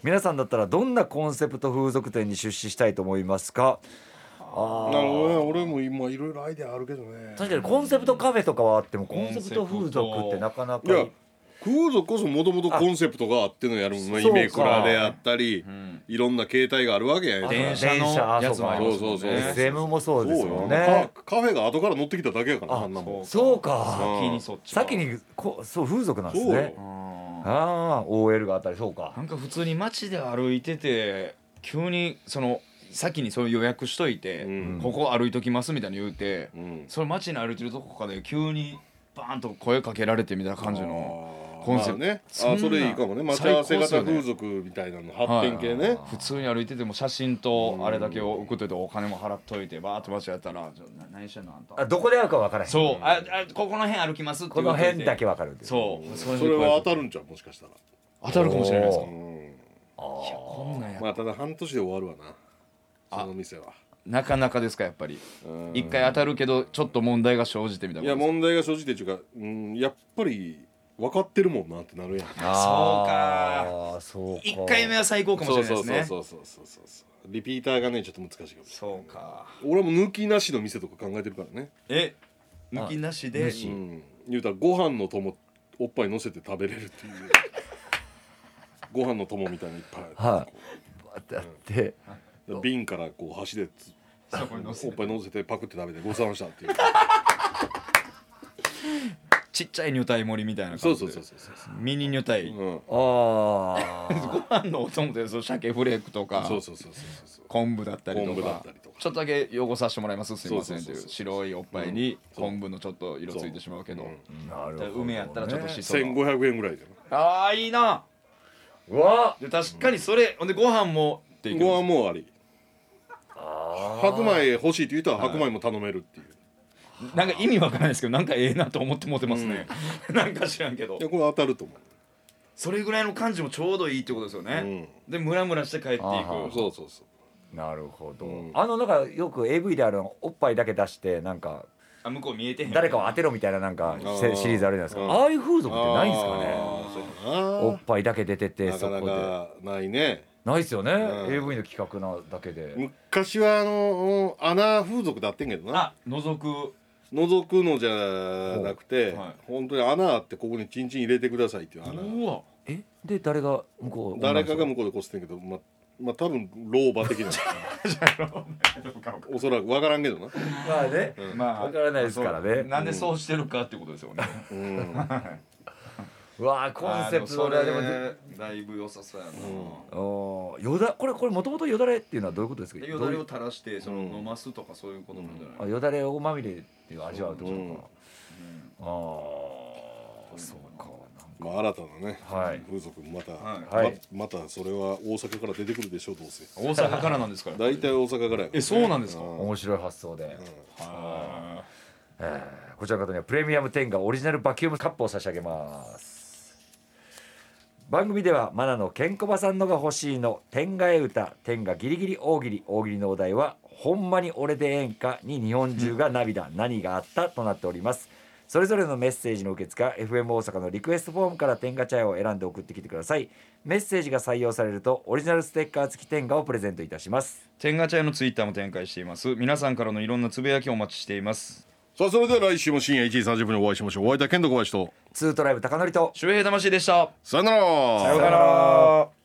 Speaker 2: 皆さんだったらどんなコンセプト風俗店に出資したいと思いますか
Speaker 1: なるほどね俺も今いろいろアイデアあるけどね
Speaker 2: 確かにコンセプトカフェとかはあってもコンセプト風俗ってなかない
Speaker 1: や
Speaker 2: か
Speaker 1: 風俗こそもともとコンセプトがあってのやるもんなイメクラであったり、
Speaker 3: ん
Speaker 1: いろんな形態があるわけやん
Speaker 3: 電車のやつもありますもん
Speaker 1: そうそ
Speaker 3: ね
Speaker 1: うそう
Speaker 2: SM もそうですもん
Speaker 1: そうよ
Speaker 2: ね
Speaker 1: カカフェが後から乗ってきただけやからなあんなもん
Speaker 2: そうか
Speaker 1: う
Speaker 3: 先
Speaker 1: ん
Speaker 3: にそっちか
Speaker 2: 先にこそう風俗なんです
Speaker 1: そう
Speaker 2: ね
Speaker 1: よ
Speaker 3: うん
Speaker 2: ああ OL があったりそうか
Speaker 3: なんか普通に街で歩いてて急にその先にそれ予約しといて、
Speaker 1: うん
Speaker 3: ここ歩いときますみたいに言うて、
Speaker 1: うん
Speaker 3: それ街に歩いてるとこかで急にバーンと声かけられてみたいな感じの
Speaker 1: コ
Speaker 3: コン
Speaker 1: ン
Speaker 3: セ
Speaker 1: セ
Speaker 3: プ
Speaker 1: プ
Speaker 3: ト
Speaker 1: トね
Speaker 3: そん
Speaker 1: あ
Speaker 3: な
Speaker 1: それいいかもね待ち合わせ
Speaker 3: 最高
Speaker 1: 型
Speaker 3: っすよね
Speaker 1: 風俗みたいなの発展系ね、
Speaker 3: 普通に歩いてても写真とあれだけを送っといてお金も払っといてバーッと街やったら「ちょな何してんのあん
Speaker 2: あ
Speaker 3: た」
Speaker 2: どこで会うか分からへん
Speaker 3: そうああここの辺歩きますって
Speaker 2: こ
Speaker 3: 言う
Speaker 2: の
Speaker 3: といて
Speaker 2: 辺だけ分かるっていう
Speaker 3: そう
Speaker 1: それは当たるんちゃうもしかしたら、
Speaker 3: 当たるかもしれないです
Speaker 2: おー
Speaker 1: うん、
Speaker 3: こんなんや
Speaker 1: まあただ半年で終わるわなその店は
Speaker 3: なかなかですかやっぱり
Speaker 1: うん
Speaker 3: 一回当たるけどちょっと問題が生じてみたい
Speaker 1: い
Speaker 3: な
Speaker 1: や
Speaker 3: ことです
Speaker 1: 問題が生じてっていうか、うん、やっぱり分かってるもんなってなるやん
Speaker 2: あーそうか
Speaker 3: 一回目は最高かもしれないですね
Speaker 1: そうそうそうそうそうそうリピーターがねちょっと難しいかもしれない
Speaker 3: そうか
Speaker 1: 俺はもう抜きなしの店とか考えてるからね、
Speaker 3: え抜きなしで
Speaker 1: うん、言うたらご飯の友おっぱい乗せて食べれるっていう ご飯の友みたいにいっぱい、
Speaker 2: はいだって
Speaker 1: 瓶からこう箸でつ
Speaker 3: そこに乗せ
Speaker 1: おっぱい乗せてパクって食べてごちそうさまでしたっていう
Speaker 3: ちっちゃい女体盛りみた いな
Speaker 1: そ
Speaker 3: 感
Speaker 1: う
Speaker 3: じ
Speaker 1: そう
Speaker 3: で
Speaker 1: そうそうそう
Speaker 3: ミニ女体
Speaker 1: うん
Speaker 2: ああ
Speaker 3: ご飯のお供でその鮭フレークとか
Speaker 1: そうそうそうそうそう
Speaker 3: 昆布だったり
Speaker 1: 昆
Speaker 3: と
Speaker 1: 布だっ
Speaker 3: か
Speaker 1: たりとか
Speaker 3: ちょっとだけ汚させてもらいますすいません
Speaker 1: そう
Speaker 3: と
Speaker 1: そうそうそう
Speaker 3: いう白いおっぱいに昆布のちょっと色ついてしまうけど
Speaker 1: う
Speaker 2: なるほど、ね、
Speaker 3: 梅やったらちょっとしその
Speaker 1: 1500円ぐらいじゃな
Speaker 3: ああいいな
Speaker 2: うわ
Speaker 3: で確かにそれほんでご飯もってい
Speaker 1: い
Speaker 3: け
Speaker 1: ご飯
Speaker 3: ます
Speaker 1: もあり
Speaker 2: あ
Speaker 1: 白米欲しいって言う人は白米も頼めるっていう、
Speaker 3: なんか意味わからないですけどなんかええなと思って持てますね なんか知らんけど
Speaker 1: いやこれ当たると思う
Speaker 3: それぐらいの感じもちょうどいいってことですよね、でムラムラして帰っていく
Speaker 2: あは
Speaker 1: そうそうそう
Speaker 2: ーなるほど、
Speaker 1: うん
Speaker 2: あのなんかよく AV であるおっぱいだけ出してなんか
Speaker 3: あ向こう見えてへん
Speaker 2: 誰かを当てろみたいななんかせ
Speaker 1: あー
Speaker 2: シリーズあるじゃないですか
Speaker 1: うん
Speaker 2: ああいう風俗ってないんですかね
Speaker 1: あーそうやな
Speaker 2: おっぱいだけ出てて
Speaker 1: な
Speaker 2: そ
Speaker 1: か
Speaker 2: こ
Speaker 1: な
Speaker 2: で
Speaker 1: かないね
Speaker 2: ないですよね、
Speaker 1: ん
Speaker 2: AV の企画なだけで
Speaker 1: 昔はあの穴風俗だってんけどな
Speaker 3: あ覗く
Speaker 1: 覗くのじゃなくて、
Speaker 3: ほうはい
Speaker 1: 本当に穴あってここにチンチン入れてくださいっていう穴
Speaker 3: うわ
Speaker 2: えで誰が向こう
Speaker 1: 誰かが向こうでこすってんけどままあ多分老婆 的なおそらく分からんけどな、
Speaker 2: まあね
Speaker 3: ま
Speaker 2: わからないですからね
Speaker 3: そうなんでそうしてるかってことで すよね
Speaker 1: うん、
Speaker 2: うわーコンセプトだ
Speaker 3: あ
Speaker 2: で
Speaker 3: で
Speaker 2: も
Speaker 3: もそれだいぶ良さそうやな、
Speaker 2: おーよだこれこれもともとよだれっていうのはどういうことですか
Speaker 3: でよだれ
Speaker 2: ど
Speaker 3: を
Speaker 2: ういう
Speaker 3: 垂らしてその
Speaker 1: うん
Speaker 3: 飲ますとかそういうことなんじゃない、
Speaker 2: あよだれをまみれっていう味わうってことかな、
Speaker 1: うんうん
Speaker 2: ああそうか
Speaker 1: まあ新たなね、
Speaker 2: はい
Speaker 1: 風俗もまた、
Speaker 3: はい
Speaker 1: ままたそれは大阪から出てくるでしょうどうせ
Speaker 3: 大阪からなんですから
Speaker 1: 大体大阪からやから
Speaker 3: えそうなんですか
Speaker 2: 面白い発想で、
Speaker 3: は
Speaker 2: えーこちらの方にはプレミアム10がオリジナルバキュームカップを差し上げます番組ではマナのケンコバさんのが欲しいの「天が絵歌」「天がギリギリ大喜利」大喜利のお題は「ほんまに俺でええんか」に日本中が涙、何があったとなっておりますそれぞれのメッセージの受付は FM 大阪のリクエストフォームから天が茶屋を選んで送ってきてくださいメッセージが採用されるとオリジナルステッカー付き天がをプレゼントいたします
Speaker 3: 天ガチャへのツイッターも展開しています皆さんからのいろんなつぶやきをお待ちしています
Speaker 1: さあそれでは来週も深夜1時30分にお会いしましょうお会いいたい健人小林と
Speaker 2: ツートライブ高典と
Speaker 3: 周平魂でした
Speaker 1: さよなら
Speaker 3: さようなら